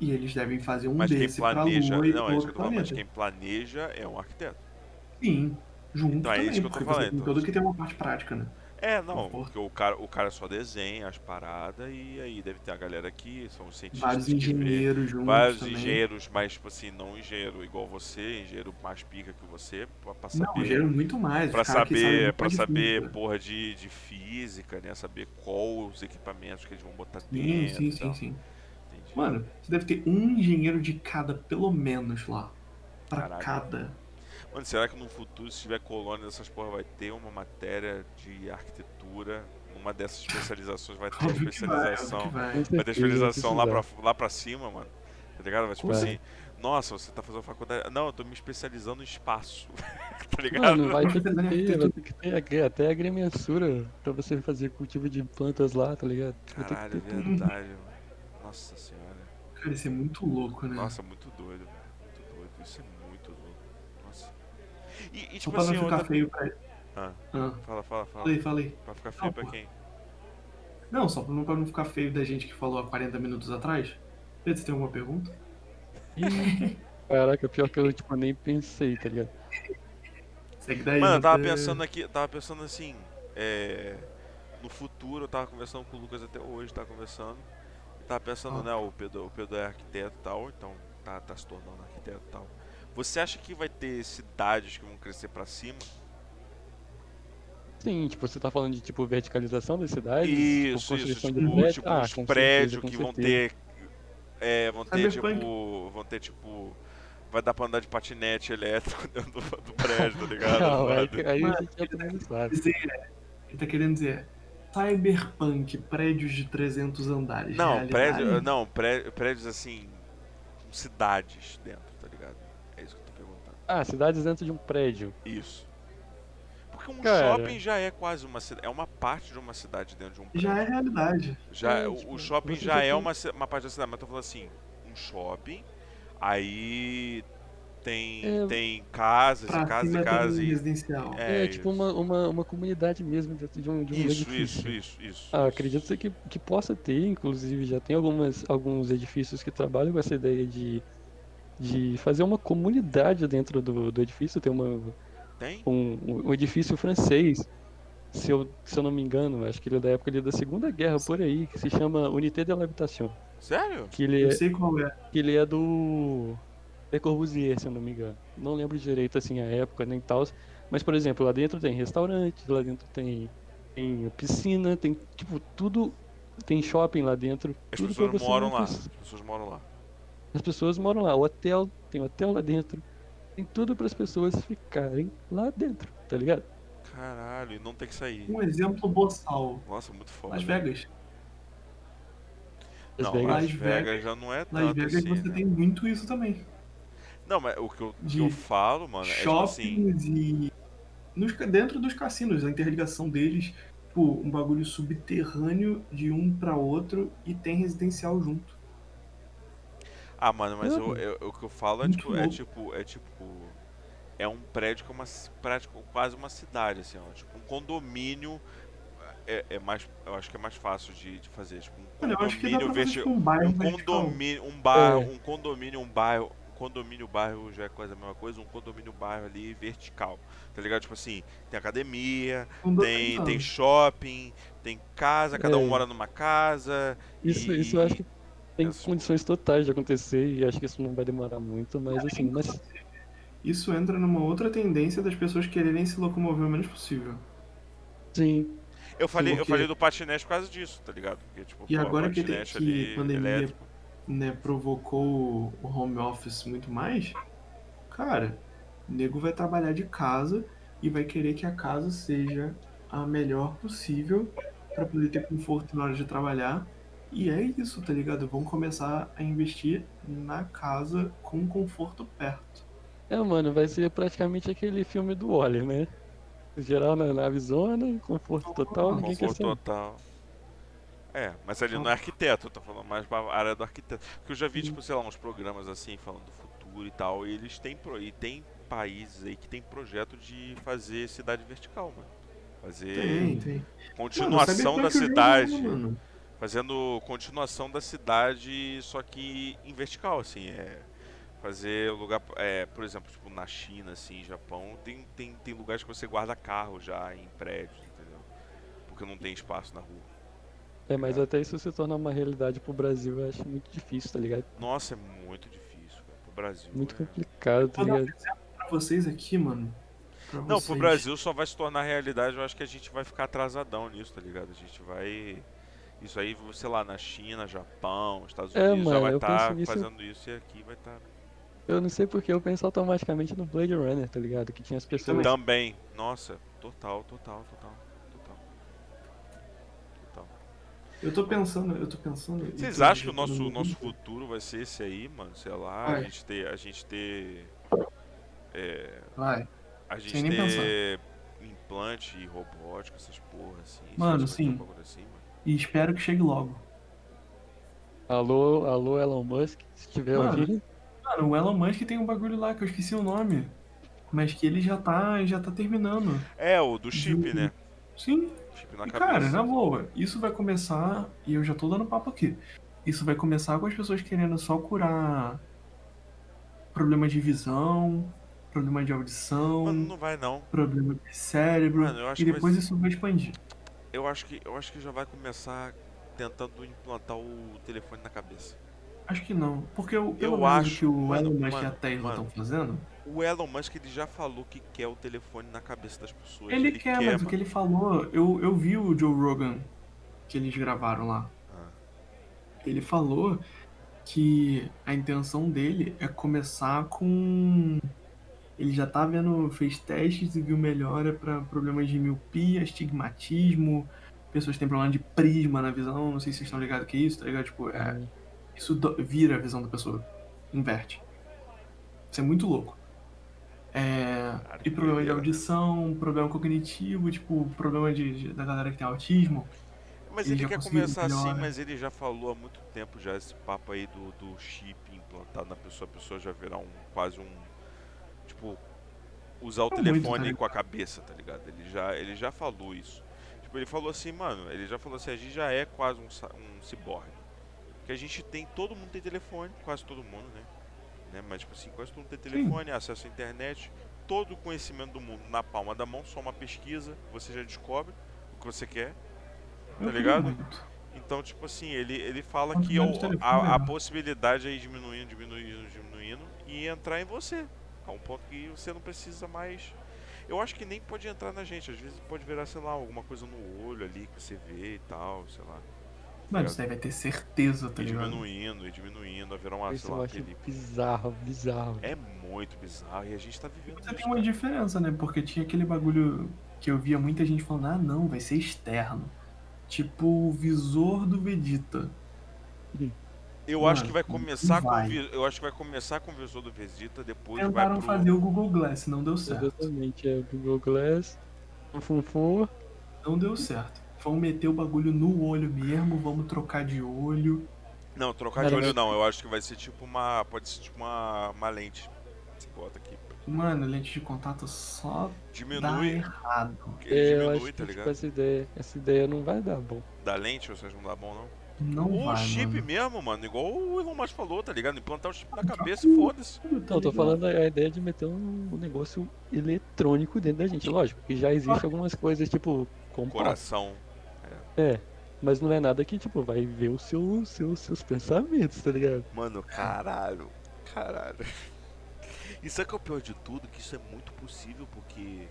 E eles devem fazer um mas quem desse pra Lua planeja, e não, é pro isso que outro eu tô falando, mas planeta. quem planeja é um arquiteto. Sim, junto Então, é também, isso que eu tô porque falando, você tem então. todo que tem uma parte prática, né? É, não, Porra. porque o cara, o cara só desenha as paradas e aí deve ter a galera aqui, são os cientistas Vários que vê. engenheiros juntos Vários também. engenheiros, mas tipo assim, não engenheiro igual você, engenheiro mais pica que você, pra, pra saber. Não, engenheiro muito mais. Pra os caras que sabem saber, muito para mais de saber, física. porra, de, de física, né? Saber qual os equipamentos que eles vão botar Sim, dentro. sim, e sim, tal. sim. Entendi. Mano, você deve ter um engenheiro de cada, pelo menos, lá. Pra Caralho. cada. Mano, será que no futuro, se tiver colônia dessas porra, vai ter uma matéria de arquitetura? Uma dessas especializações vai ter uma Óbvio que vai, especialização. óbvio que vai. Com Vai ter certeza, vai especialização lá pra, precisar. lá pra cima, mano. Tá ligado? Vai tipo Vai. assim, nossa, você tá fazendo faculdade. Não, eu tô me especializando em espaço. tá ligado? Mano, vai ter que Precisando de ter, vai ter que ter agri- até agrimensura pra você fazer cultivo de plantas lá, tá ligado? Vai ter Caralho, é que ter tudo. verdade, mano. Nossa senhora. Cara, isso é muito louco, né? Nossa, muito doido, velho. Muito doido. Isso é muito louco. Nossa. E, e Só tipo pra não assim, ficar outra... feio pra. Ah. Ah, Fala, fala, fala. falei, falei. Pra ficar feio Não, pra pô. quem? Não, só pra não, pra não ficar feio da gente que falou há 40 minutos atrás. Pedro, você tem alguma pergunta? Ih, Caraca, pior que eu tipo, nem pensei, tá ligado? Segue daí. tá- Mano, eu tava Matheus. pensando aqui, eu tava pensando assim, é, no futuro, eu tava conversando com o Lucas até hoje, tava conversando. Eu Tava pensando, Ah. né, o Pedro, o Pedro é arquiteto e tal, então tá, tá se tornando arquiteto e tal. Você acha que vai ter cidades que vão crescer pra cima? Sim, tipo, você tá falando de tipo verticalização das cidades? tipo, isso, construção isso, tipo, de prédio? tipo, ah, uns com prédios certeza, com que vão certeza. ter. É, vão ter Cyberpunk. tipo. Vão ter tipo. Vai dar pra andar de patinete elétrico dentro do, do prédio, tá ligado? Não, aí, aí Mano, a gente já também não sabe. dizer, ele tá querendo dizer cyberpunk, prédios de 300 andares. Não, realidade. prédio, não pré- prédios assim. com Cidades dentro, tá ligado? É isso que eu tô perguntando. Ah, cidades dentro de um prédio. Isso. Porque um Cara. shopping já é quase uma cidade. É uma parte de uma cidade dentro de um prédio. Já é realidade. Já, É, o- o tipo, shopping você já já é tem- uma, ci- uma parte da cidade, mas eu tô falando assim, um shopping, aí tem, É. tem casas e Pra casas cima e é casas todo e... residencial. É, isso. tipo uma, uma, uma comunidade mesmo dentro de um, de um Isso, edifício. isso, isso, isso. Ah, isso. acredito ser que, que possa ter, inclusive já tem algumas, alguns edifícios que trabalham com essa ideia de, de fazer uma comunidade dentro do, do edifício, tem uma, Tem? um, um edifício francês, se eu, se eu não me engano, acho que ele é da época ali da Segunda Guerra, por aí, que se chama Unité de l'Habitation, Sério? que ele Eu é, sei qual é. que ele é do Le Corbusier, se eu não me engano. Não lembro direito assim a época nem tal, mas por exemplo, lá dentro tem restaurante, lá dentro tem, tem piscina, tem tipo tudo, tem shopping lá dentro. As tudo pra pessoas você é moram não lá. As precis- pessoas moram lá. As pessoas moram lá, o hotel, tem hotel lá dentro. Tem tudo para as pessoas ficarem lá dentro, tá ligado? Caralho, e não tem que sair. Um exemplo boçal. Nossa, muito foda. Las Vegas. Las Não, Vegas. Las Las Vegas já não é Las tanto Vegas assim, você né? tem muito isso também. Não, mas o que eu, o que de eu falo, mano, é tipo assim... Shoppings e. nos ca- dentro dos cassinos, a interligação deles, tipo, um bagulho subterrâneo de um pra outro e tem residencial junto. Ah, mano, mas eu, Tudo. eu- o que eu falo é Muito tipo, é louco. tipo, é tipo, é um prédio que é uma, ci- prática, quase uma cidade, assim, ó, tipo um condomínio é, é mais, eu acho que é mais fácil de, de fazer, tipo um Mano, eu acho que dá condomínio pra fazer verti- tipo, um bairro um vertical. condomínio, um bairro, É. um condomínio, um bairro, um condomínio, bairro já é quase a mesma coisa, um condomínio, bairro ali vertical, tá ligado? Tipo assim, tem academia, tem, Condomínio, tem shopping, tem casa, cada um É. mora numa casa, Isso, isso eu acho que tem Essas- condições totais de acontecer e acho que isso não vai demorar muito, mas assim, mas Isso entra numa outra tendência das pessoas quererem se locomover o menos possível. sim, Eu falei, eu Porque- falei do patinete por causa disso, tá ligado? Porque, tipo, E pô, agora que- que patinete ali, pandemia- elétrico. né, provocou o home office muito mais, cara, o nego vai trabalhar de casa e vai querer que a casa seja a melhor possível para poder ter conforto na hora de trabalhar. E é isso, tá ligado? Vão começar a investir na casa com conforto perto. É, mano, vai ser praticamente aquele filme do Wally, né? Geral né, na navezona, conforto total, ninguém quer Conforto saber. total. É, mas ali não é arquiteto, eu tô falando mais pra área do arquiteto. Porque eu já vi, tipo, sei lá, uns programas assim, falando do futuro e tal, e eles têm, pro- e tem países aí que tem projeto de fazer cidade vertical, mano. Fazer Tem, tem. continuação Mano, da Cyberpunk eu cidade. jogo, mano. fazendo continuação da cidade, só que em vertical, assim, é fazer lugar, é, por exemplo, tipo na China, assim, Japão, tem, tem, tem lugares que você guarda carro já em prédios, entendeu? Porque não tem espaço na rua. É, mas até isso se tornar uma realidade pro Brasil eu acho muito difícil, tá ligado? Nossa, é muito difícil, cara. Pro Brasil. Muito é- complicado, tá Vou dar um ligado? exemplo pra vocês aqui, mano. Pra Não, pro vocês. Brasil só vai se tornar realidade, eu acho que a gente vai ficar atrasadão nisso, tá ligado? A gente vai. Isso aí, sei lá, na China, Japão, Estados É, Unidos mano, já vai tá eu estar penso nisso. fazendo isso e aqui vai tá estar. Eu não sei porque eu penso automaticamente no Blade Runner, tá ligado? Que Então tinha as pessoas. Também. Nossa, total, total, total, total. Total. Eu tô pensando, eu tô pensando. eu Vocês tô- acham que o eu tô- nosso, nosso futuro vai ser esse aí, mano? Sei lá, a Vai. gente ter. A gente ter. É, Vai. a gente Sem nem ter implante e robótico, essas porra assim. Vocês Mano, acham que vai ter sim. um bagulho assim, mano? E espero que chegue logo. Alô, alô, Elon Musk, se tiver Mano. ouvindo. Mano, o Elon Musk tem um bagulho lá que eu esqueci o nome. Mas que ele já tá, já tá terminando. É, o do chip, né? Sim. Chip na E cabeça. cara, na boa, isso vai começar, e eu já tô dando papo aqui. Isso vai começar com as pessoas querendo só curar problema de visão, problema de audição, Mano, não vai não. problema de cérebro. Mano, eu acho e que depois vai- isso vai expandir. Eu acho que eu acho que já vai começar tentando implantar o telefone na cabeça. Acho que não. Porque o pelo Eu menos o acho, que o mano, Elon Musk e a um mano, Tesla mano. estão fazendo, O Elon Musk ele já falou que quer o telefone na cabeça das pessoas. ele, quer, mas o que ele falou, eu, eu vi o Joe Rogan que eles gravaram lá. Ah. Ele falou que a intenção dele é começar com. Ele já tá vendo, fez testes e viu melhora pra problemas de miopia, astigmatismo, pessoas que têm problema de prisma na visão, não sei se vocês estão ligados que é isso, tá ligado? Tipo, é, isso do- vira a visão da pessoa. Inverte. Isso é muito louco. É, Cara, que e problema de doideira. audição, problema cognitivo, tipo, problema de, de- da galera que tem autismo. Mas ele ele, já quer conseguiu começar assim, melhor. mas ele já falou há muito tempo já esse papo aí do, do chip implantado na pessoa, a pessoa já virar um quase um tipo usar o É muito, telefone tá ligado? com a cabeça, tá ligado? Ele já ele já falou isso. Tipo, ele falou assim, mano, ele já falou assim, a gente já é quase um, sa- um ciborgue. Porque a gente tem, todo mundo tem telefone, quase todo mundo, né? né? Mas tipo assim, quase todo mundo tem telefone, acesso à internet, todo o conhecimento do mundo na palma da mão, só uma pesquisa, você já descobre o que você quer. Tá Eu queria ligado? muito. Então, tipo assim, ele, ele fala Quanto que menos o- telefone, a, a melhor. possibilidade aí diminuindo, diminuindo, diminuindo e entrar em você. A um ponto que você não precisa mais. Eu acho que nem pode entrar na gente, às vezes pode virar, sei lá, alguma coisa no olho ali que você vê e tal, sei lá. Mano, isso daí vai ter certeza, tá E ligado? diminuindo, e diminuindo, vai virar uma, Isso sei eu lá, acho aquele. bizarro, bizarro. É muito bizarro e a gente tá vivendo Você isso. tem uma cara. diferença, né? Porque tinha aquele bagulho que eu via muita gente falando, ah não, vai ser externo. Tipo o visor do Vegeta. Eu Mano, acho que vai não começar com o vai. vi- eu acho que vai começar com o visor do Vegeta, depois vai Tentaram pro fazer o Google Glass, não deu certo. Exatamente, é o Google Glass, o Funfun. Não deu certo. Vamos meter o bagulho no olho mesmo, vamos trocar de olho. Não, trocar de Cara, olho mas- não. Eu acho que vai ser tipo uma. Pode ser tipo uma, uma lente. Você bota aqui. Mano, lente de contato só dá Diminui. errado. que É, eu diminui, acho tá que ligado? tipo, essa ideia, essa ideia não vai dar bom. Da lente, ou seja, não dá bom não. Não Ou vai, chip mano. mesmo, mano. Igual o Elon Musk falou, tá ligado? Implantar o chip na Tá cabeça e tudo. foda-se. Tá Não, Então, tô ligado? falando a ideia de meter um negócio eletrônico dentro da gente, lógico, que já existe algumas coisas, tipo, compacto. Coração. É, mas não é nada que, tipo, vai ver os seu, seu, seus pensamentos, tá ligado? Mano, caralho. Caralho. Isso é que é o pior de tudo, que isso é muito possível, porque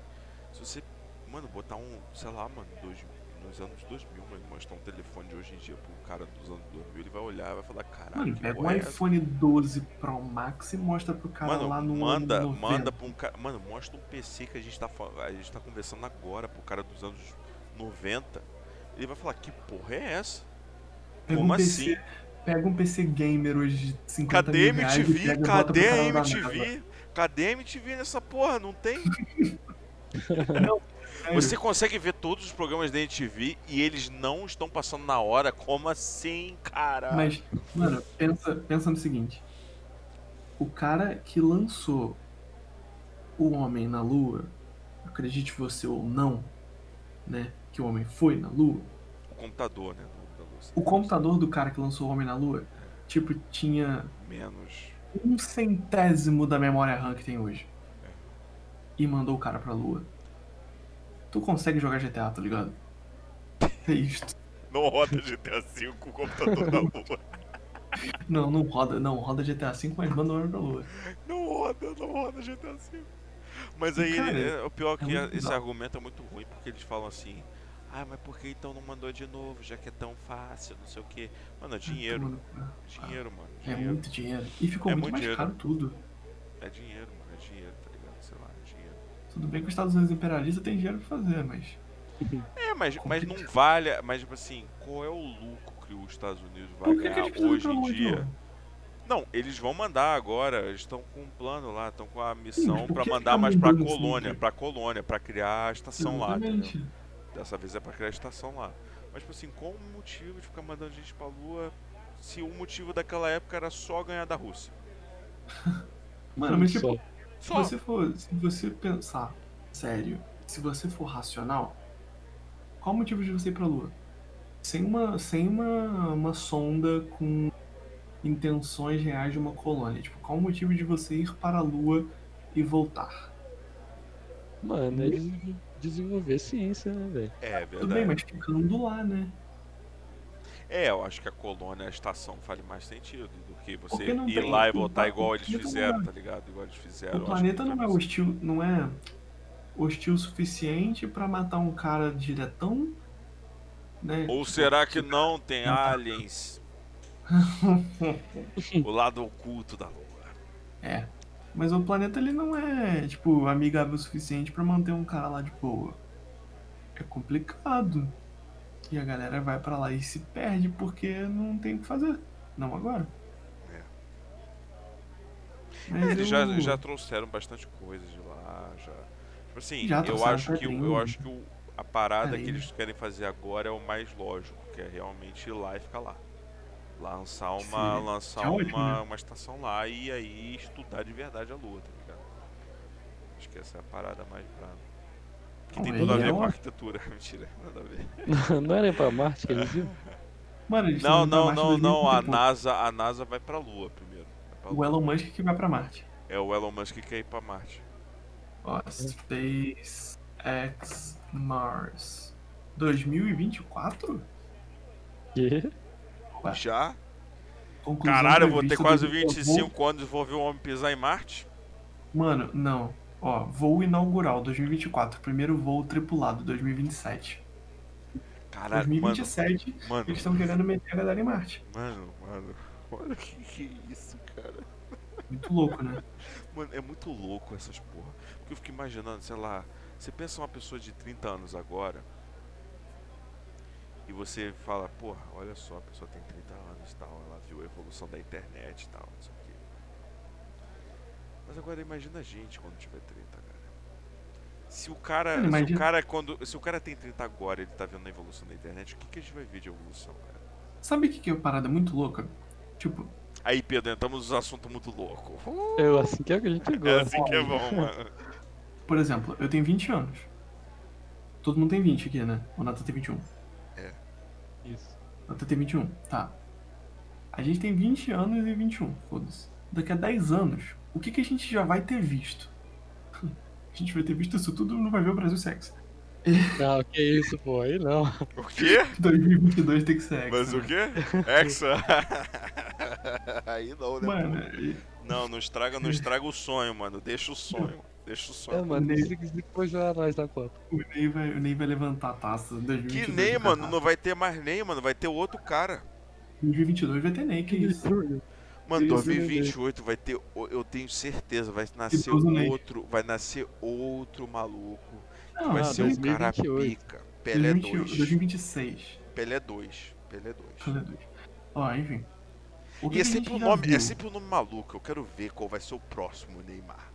se você, mano, botar um, sei lá, mano, dois, nos anos 2000, mano, mostrar um telefone de hoje em dia pra um cara dos anos 2000, ele vai olhar e vai falar, caralho, Mano, que pega porra um é essa? iPhone 12 Pro Max e mostra pro cara Mano, lá no. manda, no 90. manda pra um cara. Mano, mostra um PC que a gente, tá, fa- a gente tá conversando agora pro cara dos anos 90. Ele vai falar, que porra é essa? Pega Como um PC, assim? Pega um PC gamer hoje de 50 Cadê mil reais e MTV? pega e bota pro Cadê a canal da NASA. MTV? Cadê a MTV nessa porra? Não tem? Sério, Você consegue ver todos os programas da MTV e eles não estão passando na hora? Como assim, cara? Mas, mano, pensa, pensa no seguinte. O cara que lançou o homem na lua, acredite você ou não, né? Que o homem foi na lua. O computador, né? do- da luz. O computador do cara que lançou o homem na lua, tipo, tinha Menos. um centésimo da memória RAM que tem hoje. E mandou o cara pra lua. Tu consegue jogar GTA, tá ligado? É isto. Não roda GTA V com o computador na lua. Não, não roda, não roda GTA V, mas manda o homem pra lua. Não roda, não roda GTA V. assim. Mas aí, Cara, ele- é, o pior é que é muito esse bizarro. argumento é muito ruim, porque eles falam assim: Ah, mas por que então não mandou de novo, já que é tão fácil, não sei o que. Mano, é dinheiro, Mano, dinheiro, mano. É Dinheiro. muito dinheiro. E ficou É muito, muito mais dinheiro. caro tudo. É dinheiro, mano. É dinheiro, tá ligado? Sei lá, é dinheiro. Tudo bem que os Estados Unidos imperialista tem dinheiro pra fazer, mas. Tipo, É, mas, mas não vale. Mas, tipo assim, qual é o lucro que os Estados Unidos vai Por que, que ganhar eles precisam ir hoje pra em lua de dia? novo? Não, eles vão mandar agora. Eles estão com um plano lá, estão com a Sim, missão por pra que mandar ficar mais pra mudando assim, colônia, cara? pra colônia, pra criar a estação lá. entendeu? Exatamente. Dessa vez é pra criar a estação lá. Mas, tipo assim, qual o motivo de ficar mandando gente pra lua se o motivo daquela época era só ganhar da Rússia? Mano, mas tipo, se Só. Só. você for. Se você pensar sério, se você for racional, qual o motivo de você ir pra Lua? Sem uma. Sem uma, uma sonda com intenções reais de uma colônia. Tipo, qual o motivo de você ir para a Lua e voltar? Mano, é des- desenvolver ciência, né, velho? É, Tudo bem, verdade. mas ficando lá, né? É, eu acho que a colônia, a estação faz mais sentido do que você Porque não ir tem- lá e não voltar dá- igual o eles planeta não fizeram, dá. tá ligado? Igual eles fizeram. O eu acho planeta que assim. não é faz- hostil, não é hostil o suficiente pra matar um cara diretão, né? Ou será que não tem aliens? o lado oculto da lua. É. Mas o planeta ele não é, tipo, amigável o suficiente pra manter um cara lá de boa. É complicado. E a galera vai pra lá e se perde porque não tem o que fazer. Não agora. É. Mas Eles eu- já, já trouxeram bastante coisa de lá, já. Tipo assim, Já eu trouxeram acho que o- eu quadrinho. acho que o- a parada Peraí. que eles querem fazer agora é o mais lógico, que é realmente ir lá e ficar lá. Lançar uma Sim. lançar É uma, ótimo, né? uma estação lá e aí estudar de verdade a lua, tá ligado? Acho que essa é a parada mais pra que tem Olha, tudo a é ver com ótimo. arquitetura, mentira, nada a ver. Não era pra Marte que eles iam? Mano, eles Não, estão indo pra não, Marte em não, não, a 2030, pô. NASA, a NASA vai pra lua primeiro. Vai pra O lua. Elon Musk que vai pra Marte. É o Elon Musk que quer ir pra Marte. Ó, É. SpaceX Mars 2024? Quê? Ué. Já? Conclusão Caralho, eu vou ter prevista quase do voo- 25 anos e vou ver o homem pisar em Marte? Mano, não. Ó, voo inaugural 2024. Primeiro voo tripulado 2027. Caralho, mano, 2027, mano, eles estão querendo meter a galera em Marte. mano, mano. Olha que que é isso, cara. Muito louco, né? Mano, é muito louco essas porra. Porque eu fico imaginando, sei lá, você pensa uma pessoa de 30 anos agora e você fala, porra, olha só, a pessoa tem 30 anos e tal, ela viu a evolução da internet e tal, não sei o quê. Mas agora imagina a gente quando tiver 30, cara. Se o cara, Mano, se o imagina- cara é quando, se o cara tem 30 agora, e ele tá vendo a evolução da internet, o que que a gente vai ver de evolução, cara? Sabe o que, que é uma parada muito louca? Tipo, Aí, Pedro, entramos num assunto muito louco. Eu, assim que é o que a gente É gosta. assim que é bom, mano. por exemplo, eu tenho 20 anos. Todo mundo tem 20 aqui, né? O Nata tem 21. assim. Isso. Nata tem 21, tá. A gente tem 20 anos e 21, foda-se. Daqui a 10 anos, o que, que a gente já vai ter visto? A gente vai ter visto isso tudo e não vai ver o Brasil sexo. Não, que Ah, isso, pô, aí não. O quê? 2022 tem que ser Hexa, Mas o né? quê? Hexa? Aí não, né? Mano, Não, não estraga, não estraga o sonho, mano. Deixa o sonho. Deixa o É, sonho. mano, eles que jogar nós na Copa. o Ney vai, o Ney vai levantar a taça. em 2022 Que nem, vai mano, ter- não vai ter mais nem, mano. Vai ter outro cara. 2022 vai ter Ney, que isso. Mano, Isso, 2028 vai ter. o- Eu tenho certeza, vai nascer Idoso Ney. outro. Vai nascer outro maluco. Não, Vai Ah, ser um cara 2028. pica. Pelé 2028, 2. 2026. Pelé 2. Pelé 2. Cadê dois? Ó, enfim. O E é sempre um nome, é esse sempre um nome maluco. Eu quero ver qual vai ser o próximo Neymar.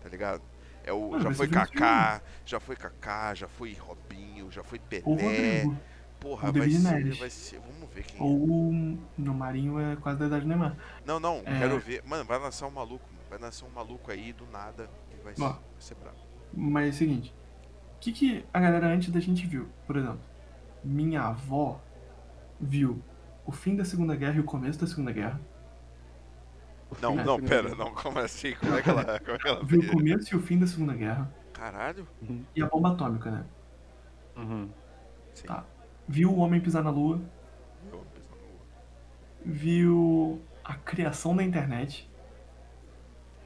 Tá ligado? É o, Mano, já vai foi ser 21. Kaká, já foi Kaká, já foi Robinho, já foi Ou o Pelé. Rodrigo. Porra, o vai David ser, Neres. vai ser. Vamos ver quem. é. Ou o- no Marinho é quase da idade do Neymar. Não, não, É. quero ver. Mano, vai nascer um maluco, mano. vai nascer um maluco aí do nada e vai ser, Ó. vai ser brabo. Mas é o seguinte. O que, que a galera antes da gente viu? Por exemplo, minha avó viu o fim da Segunda Guerra e o começo da Segunda Guerra. Não, Né? não, pera, não, como assim? Como é que ela, como é que ela Viu vê? o começo e o fim da Segunda Guerra. Caralho? E a bomba atômica, né? Uhum. Sim. Tá. Viu o homem pisar na lua, eu vou pensar no outro. viu a criação da internet,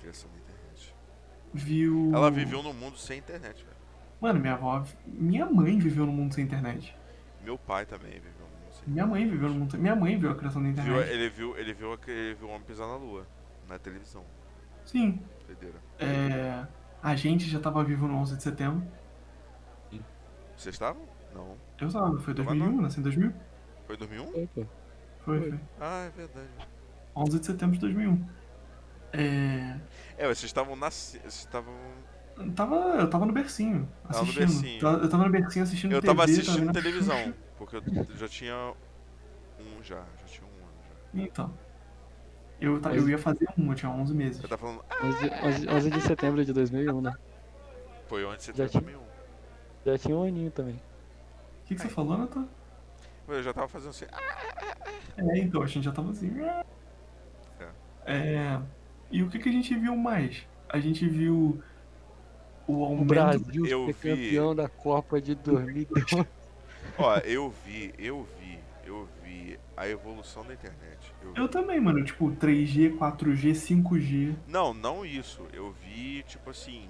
Criação da internet. viu. Ela viveu um num mundo sem internet, velho. Mano, minha avó. Minha mãe viveu no mundo sem internet. Meu pai também viveu num mundo sem Minha mãe viveu no mundo sem. Minha mãe viu a criação da Viu- internet. ele viu, ele viu, aquele- ele viu o homem pisar na lua, na televisão. Sim. Doideira. É, a gente já tava vivo no 11 de setembro. Vocês estavam? Não. Eu tava, foi Tava 2001, nasci em 2000? Foi em 2001? Foi, pô. Foi, Foi. foi. Ah, é verdade. 11 de setembro de 2001. É, É, vocês estavam nascendo. Vocês estavam. eu tava, eu tava no bercinho, Tava no assistindo. bercinho. Ta- Eu tava no bercinho assistindo Eu TV. tava assistindo vendo- televisão, porque eu já tinha um já, já tinha um ano já. Então. Eu, ta- eu ia fazer um, eu tinha 11 meses. Eu tava falando, 11, 11 de setembro de 2001, né? ah, foi onde você Já tá tinha. 2001. Já tinha um aninho também. O que, que você falou, Nathan? Eu já tava fazendo assim, ah, É, então, a gente já tava assim. É, e o que, que a gente viu mais? A gente viu o O aumento. Brasil Eu ser vi. campeão da Copa de 2002. ó, eu vi, eu vi, eu vi a evolução da internet. Eu vi. Eu também, mano. Tipo, 3G, 4G, 5G. Não, não isso. Eu vi, tipo assim,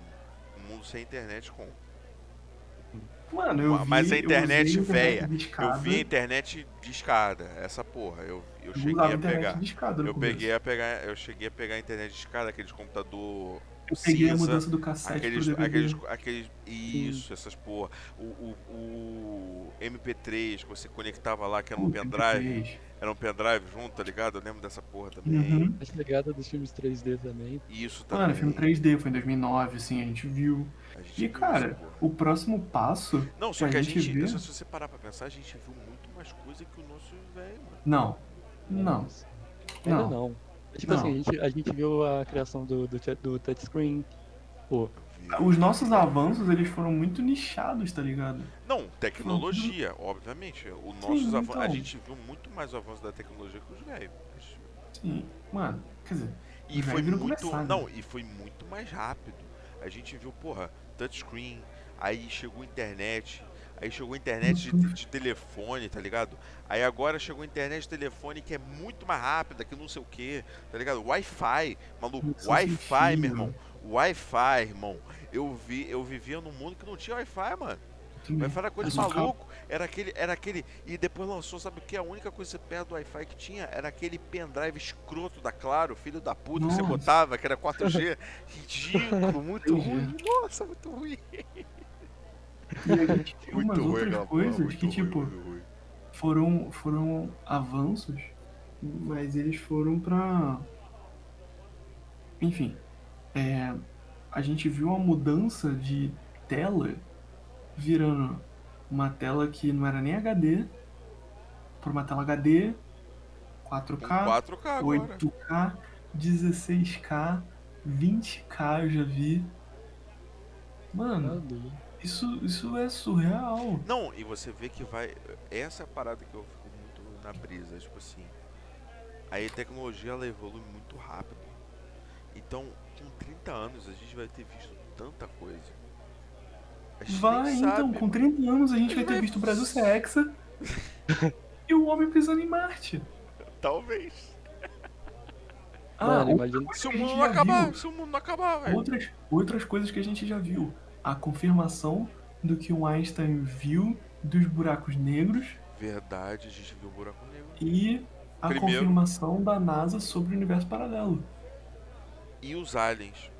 um mundo sem internet com. Mano, eu vi. Mas a internet eu usei véia. internet Eu discada, vi a internet discada, essa porra. Eu, eu eu cheguei usava a internet pegar. discada no Eu começo. peguei a pegar, eu cheguei a pegar a internet discada, aqueles computador Eu peguei a cinza. mudança do cassete Aqueles, pro DVD. aqueles, aqueles. Isso, essas porra. O, o, o MP3 que você conectava lá, que era um Puta, pendrive. MP3. Era um pendrive junto, tá ligado? Eu lembro dessa porra também. Uhum. A chegada dos filmes 3D também. então, Isso também. Mano, filme 3D foi em 2009, assim, a gente viu. A gente E, viu cara, essa porra. O próximo passo. Não, só a que a gente gente. vê- só se você parar pra pensar, a gente viu muito mais coisa que o nosso velho, mano. Não. Não. Ainda Não. não. Tipo Não. assim, a gente, a gente viu a criação do, do, chat- do touchscreen. Eu vi. Os nossos avanços, eles foram muito nichados, tá ligado? Não, tecnologia, obviamente. O nosso Sim, avan- A então. gente viu muito mais o avanço da tecnologia que os velhos. Sim. Mano, quer dizer, E Os foi velhos muito. viram começar, né? Não, e foi muito mais rápido. A gente viu, porra, touchscreen, aí chegou internet, aí chegou internet Uhum. de, de telefone, tá ligado? Aí agora chegou internet de telefone que é muito mais rápida, que não sei o que, tá ligado? Wi-Fi, maluco, Isso é Wi-Fi, sentido. meu irmão. Wi-Fi, irmão. Eu vi, eu vivia num mundo que não tinha Wi-Fi, mano. também. Wi-Fi era coisa de Mas o cabo- maluco. Era aquele, era aquele. E depois lançou, sabe o que? A única coisa perto do Wi-Fi que tinha era aquele pendrive escroto da Claro, filho da puta, que você Nossa. botava, que era 4G. Ridículo, muito 3G. ruim. Nossa, muito ruim. E a é gente viu tipo, umas outras aquela porra, coisas é muito que, ruim, tipo, muito ruim. foram, foram avanços, mas eles foram pra. Enfim, é, a gente viu uma mudança de tela virando uma tela que não era nem HD pra uma tela HD, Com 4K, 4K Um agora. 8K, 16K, 20K eu já vi. né, Mano, isso, isso é surreal. Não, e você vê que vai. Essa é a parada que eu fico muito na brisa. Tipo assim. Aí a tecnologia ela evolui muito rápido. Então, com 30 anos a gente vai ter visto tanta coisa. A gente nem Vai, então, sabe, com mano. 30 anos a gente vai Vai- ter visto o Brasil ser hexa e o homem pisando em Marte. Talvez. Ah, Mano, imagina. Se o a gente mundo não já acabar, viu. se o mundo não acabar, velho. outras, outras coisas que a gente já viu. A confirmação do que o Einstein viu dos buracos negros Verdade, a gente viu o buraco negro. e a Primeiro. confirmação da NASA sobre o universo paralelo. E os aliens.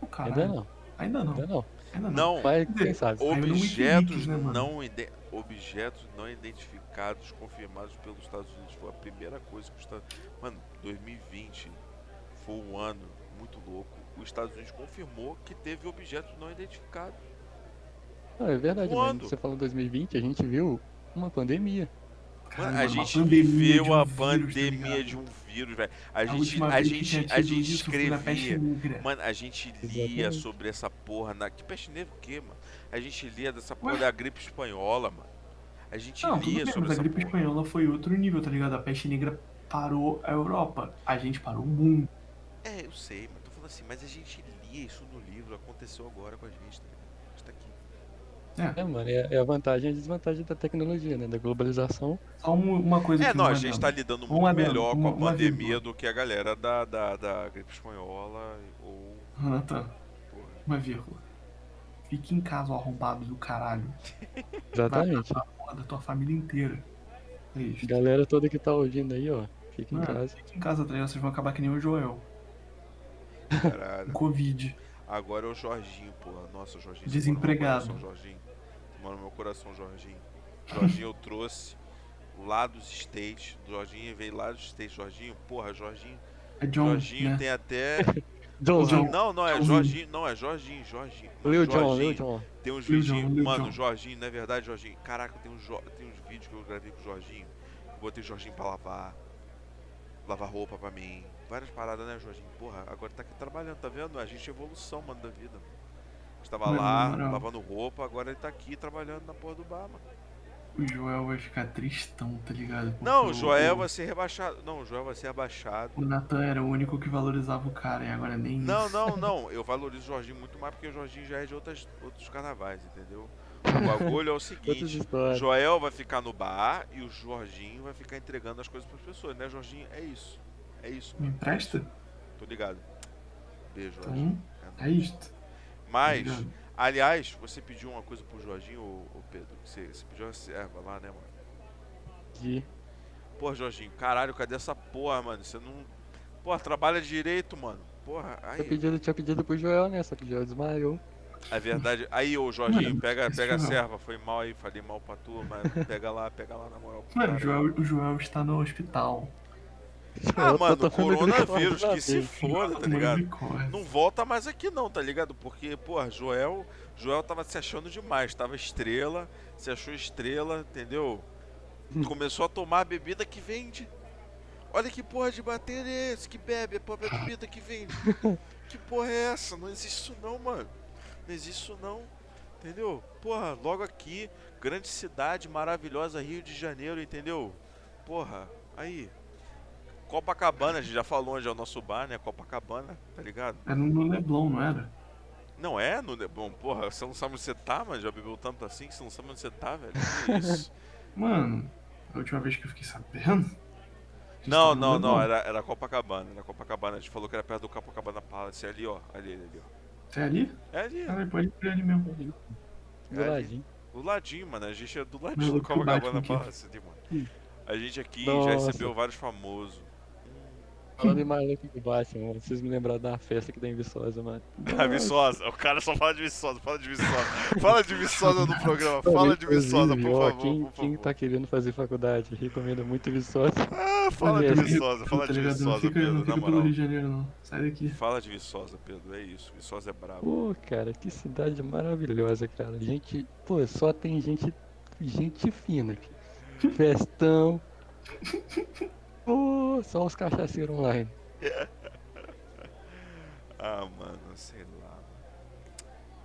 O cara Ainda não, Ainda não. ainda não. Ainda Ah, não. Não, Mas quem sabe? no objetos Wikileaks, um né, mano? não ide- objetos não identificados confirmados pelos Estados Unidos foi a primeira coisa que os Estados mano 2020 foi um ano muito louco os Estados Unidos confirmou que teve objetos não identificados Não, é verdade, Quando? mas você fala em 2020, a gente viu uma pandemia. Mano, Caralho, a mano, uma gente pandemia de viveu um a vírus, tá pandemia ligado? de um vírus velho a, A gente última a vez que tinha gente a tido gente isso foi na peste escrevia negra. Mano, a gente lia Exatamente. sobre essa porra na. Que peste negra o quê, mano? A gente lia dessa porra Ué? da gripe espanhola, mano. A gente Não, tudo lia bem, sobre mas a essa gripe porra. espanhola foi outro nível, tá ligado? A peste negra parou a Europa. A gente parou o mundo. É, eu sei, mas tô falando assim, mas a gente lia isso no livro, aconteceu agora com a gente, tá ligado? A gente tá aqui. É, mano, é, é a vantagem e a desvantagem da tecnologia, né? Da globalização. Só um- uma coisa É, que não, não a gente tá adianta. lidando Um muito adendo, melhor com uma- a uma pandemia vírgula. do que a galera da, da, da gripe espanhola ou. Renata, Porra. Ah, tá. uma vírgula. Fique em casa, ó, arrombado do caralho. Exatamente. Porra, da tua família inteira. É isso. Galera toda que tá ouvindo aí, ó, fica em Ah, Mano, casa. Fique em casa, tá ligado? Vocês vão acabar que nem o Joel. Caralho. Covid. Agora é o Jorginho, porra. Nossa, Jorginho. tá Desempregado. Você mora no meu coração, Jorginho. Você mora no meu coração, Jorginho. Jorginho eu trouxe lá dos States. Jorginho veio lá dos States. Jorginho, porra, Jorginho. É John, Jorginho né? tem até. Johnzinho. João. Não, não, é Joãozinho. Jorginho. Não, é Jorginho, Jorginho. Lil John, Jorginho. Lil John. Tem uns Lil vídeos. Jon, Lil Mano, Jon. Jorginho, não é verdade, Jorginho? Caraca, tem uns, jo- tem uns vídeos que eu gravei com o Jorginho. Eu botei o Jorginho pra lavar. Lavar roupa pra mim. Várias paradas, né, Jorginho? Porra, agora tá aqui trabalhando, tá vendo? A gente é evolução, mano, da vida. Mano. A gente tava Mano, lá, na moral. lavando roupa, agora ele tá aqui trabalhando na porra do bar, mano. O Joel vai ficar tristão, tá ligado? Porque Não, o Joel é vai ser rebaixado. Não, o Joel vai ser abaixado. O Nathan era o único que valorizava o cara e agora nem Não, isso. não, não. Eu valorizo o Jorginho muito mais porque o Jorginho já é de outras, outros carnavais, entendeu? O bagulho é o Outras seguinte: histórias. Joel vai ficar no bar e o Jorginho vai ficar entregando as coisas pras pessoas, né, Jorginho? É isso. É isso. Me empresta? Tô ligado. Beijo, Jorginho. Hum. Então, é isto. tá Mas, ligado? aliás, você pediu uma coisa pro Jorginho, ô, ô Pedro? que Você, você pediu uma serva lá, né, mano? De- Porra, Jorginho, caralho, cadê essa porra, mano? Você não. Porra, trabalha direito, mano. Porra, aí. Tinha pedido, Tá tinha pedido pro Joel, né? Só que o Joel desmaiou. É verdade. Aí, ô Jorginho, Mano, pega, isso pega a foi mal. serva. Foi mal aí, falei mal pra tu, mas pega lá, pega lá na moral. pro Mano, o cara. Joel, o Joel está no hospital. Ah, Eu tô mano, tomando coronavírus, glicose que se na foda, tá Tomando ligado? glicose. Não volta mais aqui não, tá ligado? Porque, porra, Joel, Joel tava se achando demais, tava estrela, se achou estrela, entendeu? Começou a tomar a bebida que vende. Olha que porra de bater é esse que bebe, a própria bebida que vende. Que porra é essa? Não existe isso não, mano. Não existe isso não. Entendeu? Porra, logo aqui, grande cidade maravilhosa, Rio de Janeiro, entendeu? Porra, aí. Copacabana, a gente já falou onde é o nosso bar, né? Copacabana, tá ligado? Era É no Leblon, não era? Não é, no Bom, porra, você não sabe onde você tá, mano? Já bebeu tanto assim que você não sabe onde você tá, velho? Que isso? Mano, a última vez que eu fiquei sabendo. eles estavam não, no não, não, Leblon. era, era Copacabana, era Copacabana. A gente falou que era perto do Copacabana Palace, é ali, ó, ali, ali, ali, ó. Você é ali? É ali, Cara, pode ir pra ele mesmo. Do É, ladinho. Do ladinho, mano. A gente é do Não, ladinho do que o Batman Copacabana aqui. Palace, ali, mano. A gente aqui Nossa. já recebeu vários famosos. Falando em maluco do Batman, mano, vocês me lembraram da festa que tem em Viçosa, mano. A Viçosa, o cara só fala de Viçosa, fala de Viçosa. Fala de Viçosa no programa, fala de Inclusive, Viçosa, por ó, favor, Quem, por quem favor. tá querendo fazer faculdade, recomendo muito Viçosa. Ah, fala de Aliás, Viçosa, fala tá de ligado? Não Viçosa, fica, Pedro, não na fica pelo moral. Rio de Janeiro, não. Sai daqui. Fala de Viçosa, Pedro, é isso. Viçosa é brabo. Pô, cara, que cidade maravilhosa, cara. Gente, pô, só tem gente, gente fina aqui. Festão. Pô, só os cachaceiros online. Ah, mano, sei lá. mano.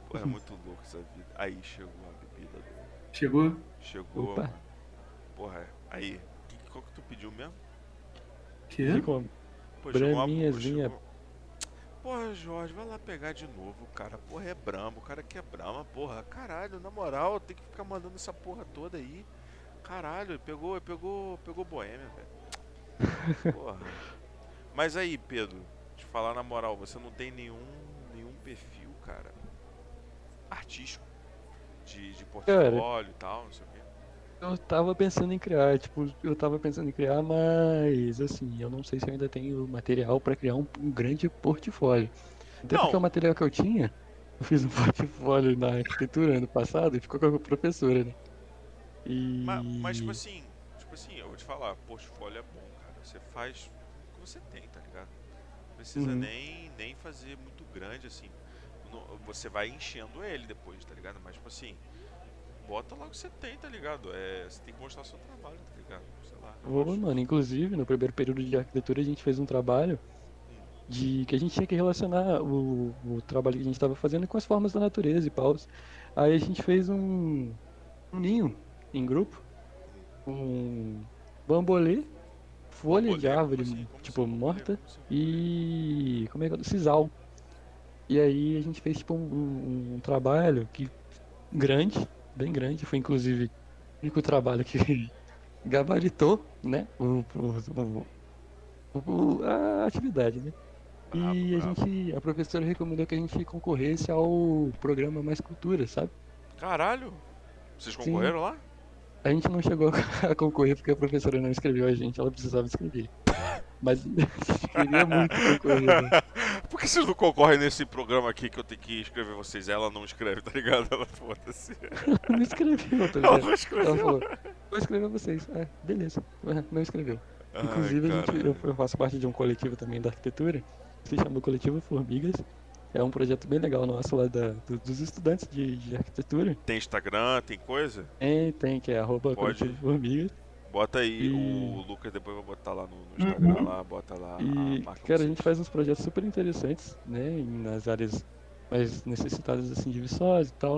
Pô, é muito louco essa vida. Aí chegou a bebida. do- Chegou? Chegou, Opa. mano. Porra, aí. Que- Qual que tu pediu mesmo? É? Que? Ficou- Pô, chegou uma- Braminhazinha. chegou- Porra, Jorge, vai lá pegar de novo, cara. Porra, é Brahma, o cara que é Brahma, porra. Caralho, na moral, tem que ficar mandando essa porra toda aí. Caralho, ele pegou, ele pegou, pegou boêmia, velho. Porra. Mas aí, Pedro, te falar na moral, você não tem nenhum, nenhum perfil, cara, artístico de, de portfólio e tal, não sei o quê. Eu tava pensando em criar, tipo, eu tava pensando em criar, mas assim, eu não sei se eu ainda tenho material pra criar um, um grande portfólio. Até Não. porque o material que eu tinha, eu fiz um portfólio na arquitetura ano passado e ficou com a professora, né? E Ma- Mas, tipo assim, tipo assim, eu vou te falar, portfólio é bom, cara. Você faz o que você tem, tá ligado? Não precisa Uhum. nem, nem fazer muito grande, assim. No- você vai enchendo ele depois, tá ligado? Mas tipo assim, bota lá o que você tem, tá ligado? É, você tem que mostrar o seu trabalho, tá ligado? Sei lá. eu Ô, acho. mano, inclusive, no primeiro período de arquitetura, a gente fez um trabalho de que a gente tinha que relacionar o, o trabalho que a gente estava fazendo com as formas da natureza e paus. Aí a gente fez um, um ninho em grupo, um bambolê, folha Bambolê, de como árvore, assim? Como tipo, assim? Bambolê, morta, como assim? e como é que é? sisal. E aí a gente fez tipo um, um- um trabalho que grande, bem grande, foi inclusive o único trabalho que gabaritou, né? O, o- o- o- um, a atividade, né? Brabo, e a brabo. gente, a professora recomendou que a gente concorresse ao programa Mais Cultura, sabe? Caralho! Vocês concorreram lá? A gente não chegou a concorrer porque a professora não escreveu a gente, ela precisava escrever. Mas a gente queria muito concorrer. né? Por que vocês não concorrem nesse programa aqui que eu tenho que escrever vocês? Ela não escreve, tá ligado? Ela foda-se. não escreveu, tá Ela ligado? não é. Ela escreveu. falou, vou escrever vocês. É, beleza. É, Não escreveu. Ai, Inclusive, a gente- cara. eu eu faço parte de um coletivo também da arquitetura, que se chama Coletivo Formigas. É um projeto bem legal nosso lá da- do- dos estudantes de, de arquitetura. Tem Instagram, tem coisa? Tem, tem, que é arroba Pode. Coletivo Formigas. Bota aí, E- o Lucas depois vai botar lá no, no Instagram, Uhum. lá, bota lá E, a Ah, marca. cara, a vocês. gente faz uns projetos super interessantes, né? em- Nas áreas mais necessitadas, assim, de Viçosa e tal.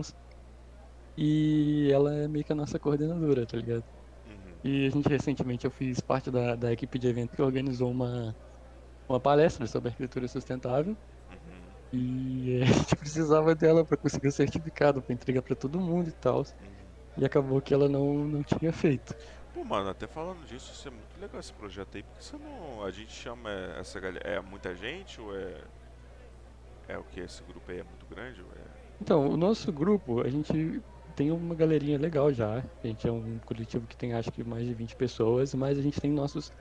E ela é meio que a nossa coordenadora, tá ligado? Uhum. E a gente recentemente eu fiz parte da, da equipe de evento que organizou uma, uma palestra sobre arquitetura sustentável. Uhum. E a gente precisava dela para conseguir o certificado, para entregar para todo mundo e tal. uhum. E acabou que ela não, não tinha feito. Pô, mano, até falando disso, isso é muito legal esse projeto aí, porque você não. A gente chama essa galera. É muita gente ou é. É o que? Esse grupo aí é muito grande? Ou é... Então, o nosso grupo, a gente tem uma galerinha legal já. A gente é um coletivo que tem acho que mais de 20 pessoas, mas a gente tem nossos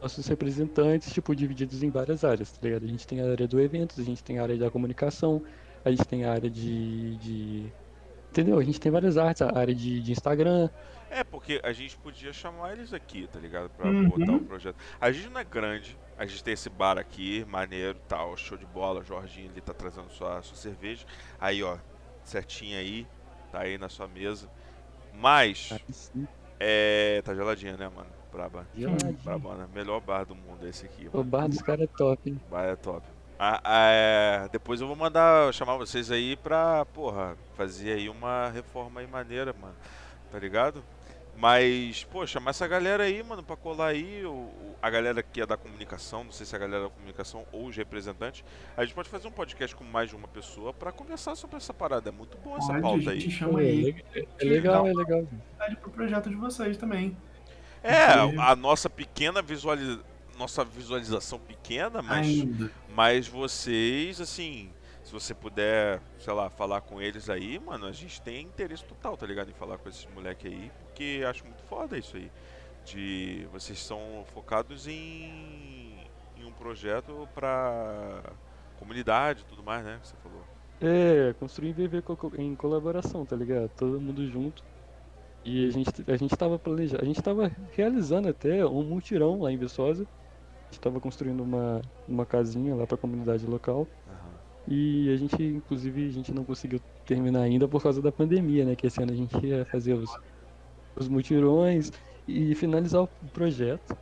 nossos representantes, tipo, divididos em várias áreas, tá ligado? A gente tem a área do eventos, a gente tem a área da comunicação, a gente tem a área de. de- Entendeu? A gente tem várias artes, a área de, de Instagram. É, porque a gente podia chamar eles aqui, tá ligado? Pra Uhum. botar o projeto. A gente não é grande, a gente tem esse bar aqui, maneiro tal, show de bola. Jorginho ali tá trazendo sua, sua cerveja. Aí, ó, certinho aí, tá aí na sua mesa. Mas, é. Tá geladinha, né, mano? Braba. Brabana. Melhor bar do mundo é esse aqui, mano. O bar dos caras é top, hein? Vai, é top. Ah, ah, é, depois eu vou mandar chamar vocês aí pra, porra, fazer aí uma reforma aí maneira, mano. Tá ligado? Mas, pô, chamar essa galera aí, mano, pra colar aí. o- o- a galera que é da comunicação, não sei se é a galera da comunicação ou os representantes. A gente pode fazer um podcast com mais de uma pessoa pra conversar sobre essa parada. É muito bom essa Pode, pauta a gente aí. chama é, aí le- é legal, é legal. para pro projeto de vocês também. É, a nossa pequena visualiza... nossa visualização pequena, mas. Ainda. Mas vocês, assim, se você puder, sei lá, falar com eles aí, mano, a gente tem interesse total, tá ligado? Em falar com esses moleque aí, porque acho muito foda isso aí. De vocês são focados em, em um projeto pra comunidade e tudo mais, né? que Você falou. É, construir e viver co- co- em colaboração, tá ligado? Todo mundo junto. E a gente, a gente tava planejando, a gente tava realizando até um multirão lá em Viçosa. A gente tava construindo uma, uma casinha lá pra comunidade local. E a gente, inclusive, a gente não conseguiu terminar ainda por causa da pandemia, né? Que esse ano a gente ia fazer os, os mutirões e finalizar o projeto.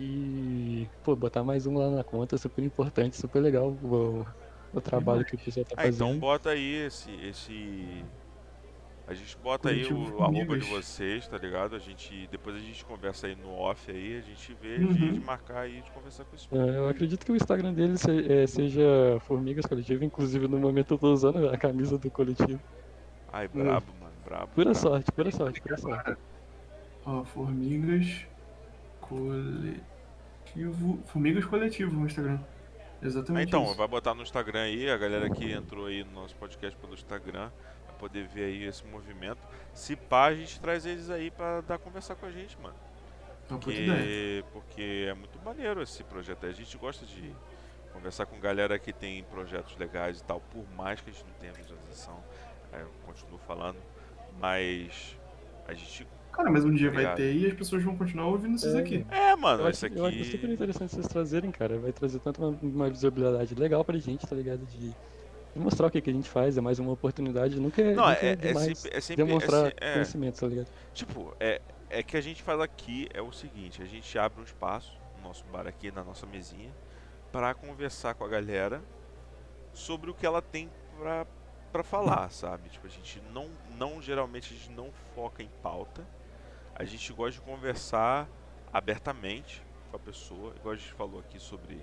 E, pô, botar mais um lá na conta, super importante, super legal o, o trabalho que o pessoal tá Ah, então fazendo. bota aí esse. esse... A gente bota aí Coletivo o arroba de Formigas. vocês, tá ligado? A gente. Depois a gente conversa aí no off aí, a gente vê de, Uhum. de marcar aí de conversar com esse É, Eu acredito que o Instagram dele se- é, seja Formigas Coletivo, inclusive no momento eu tô usando a camisa do coletivo. Ai, brabo, mano, brabo. É. Pura brabo. sorte, pura sorte, pura sorte. Ó, formigas coletivo. Formigas coletivo no Instagram. Ah, Exatamente. então, isso. vai botar no Instagram aí, a galera que entrou aí no nosso podcast pelo Instagram, vai poder ver aí esse movimento. Se pá, a gente traz eles aí pra dar conversar com a gente, mano. Uma Então, puta ideia. Porque, porque é muito maneiro esse projeto aí. A gente gosta de conversar com galera que tem projetos legais e tal, por mais que a gente não tenha visualização, é, eu continuo falando, mas a gente. Cara, mas um dia vai Obrigado. ter e as pessoas vão continuar ouvindo vocês É. aqui. É, Eu mano, acho, esse eu acho super aqui. interessante vocês trazerem, cara. Vai trazer tanto uma, uma visibilidade legal pra gente, tá ligado? De, de mostrar o que, que a gente faz, é mais uma oportunidade. Nunca é, Não, nunca é, é demais sempre. É sempre é, demonstrar se- é, conhecimento, tá ligado? Tipo, é, é que a gente faz aqui é o seguinte, a gente abre um espaço no nosso bar aqui, na nossa mesinha, pra conversar com a galera sobre o que ela tem pra, pra falar, sabe? Tipo, a gente não, não geralmente a gente não foca em pauta. A gente gosta de conversar abertamente com a pessoa, igual a gente falou aqui sobre,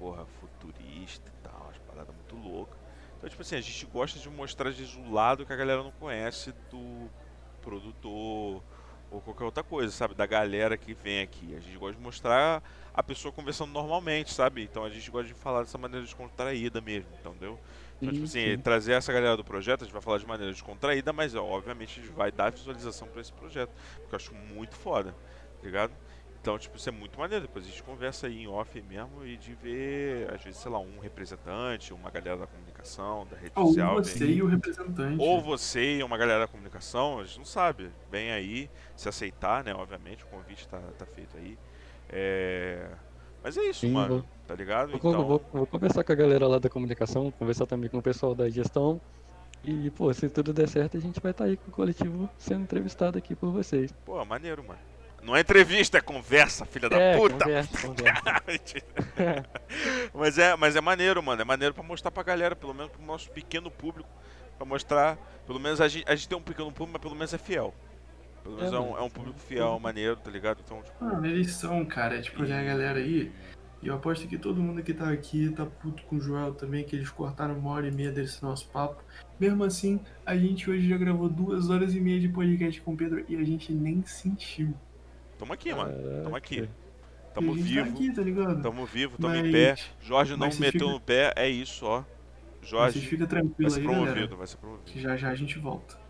porra, futurista e tal, umas paradas muito loucas. Então, tipo assim, a gente gosta de mostrar às vezes, o lado que a galera não conhece do produtor ou qualquer outra coisa, sabe? Da galera que vem aqui. A gente gosta de mostrar a pessoa conversando normalmente, sabe? Então a gente gosta de falar dessa maneira descontraída mesmo, entendeu? Então, tipo assim, Sim. trazer essa galera do projeto, a gente vai falar de maneira descontraída, mas ó, obviamente a gente vai dar visualização pra esse projeto, porque eu acho muito foda, tá ligado? Então, tipo, isso é muito maneiro. Depois a gente conversa aí em off mesmo e de ver, às vezes, sei lá, um representante, uma galera da comunicação, da rede Ou social. Ah, um você bem- e o representante. Ou você e uma galera da comunicação, a gente não sabe. Bem aí, se aceitar, né? Obviamente, o convite tá, tá feito aí. É... Mas é isso, Sim, mano. vou- Tá ligado? Eu vou- Então, vou, vou conversar com a galera lá da comunicação, conversar também com o pessoal da gestão. E, pô, se tudo der certo, a gente vai estar aí com o coletivo sendo entrevistado aqui por vocês. pô, maneiro, mano. Não é entrevista, é conversa, filha da é, puta! conversa, conversa. Mentira. mas, é, mas é maneiro, mano. É maneiro pra mostrar pra galera, pelo menos pro nosso pequeno público. Pra mostrar. Pelo menos a gente, a gente tem um pequeno público, mas pelo menos é fiel. Pelo É, menos é, um, mano. é um público fiel, maneiro, tá ligado? Então, tipo. Mano, eles são, cara. Tipo, olhar a galera aí. E eu aposto que todo mundo que tá aqui tá puto com o Joel também, que eles cortaram uma hora e meia desse nosso papo. Mesmo assim, a gente hoje já gravou duas horas e meia de podcast com o Pedro e a gente nem sentiu. Tamo aqui, mano. Tamo aqui. Caraca. Tamo e a gente vivo. tá aqui, tá ligado? Tamo vivo, tamo em Mas- pé. Jorge não mas se meteu fica- no pé, é isso, ó. Vocês Jorge ficam vai tranquilos ser aí, promovido, galera. vai ser promovido. Que já já a gente volta.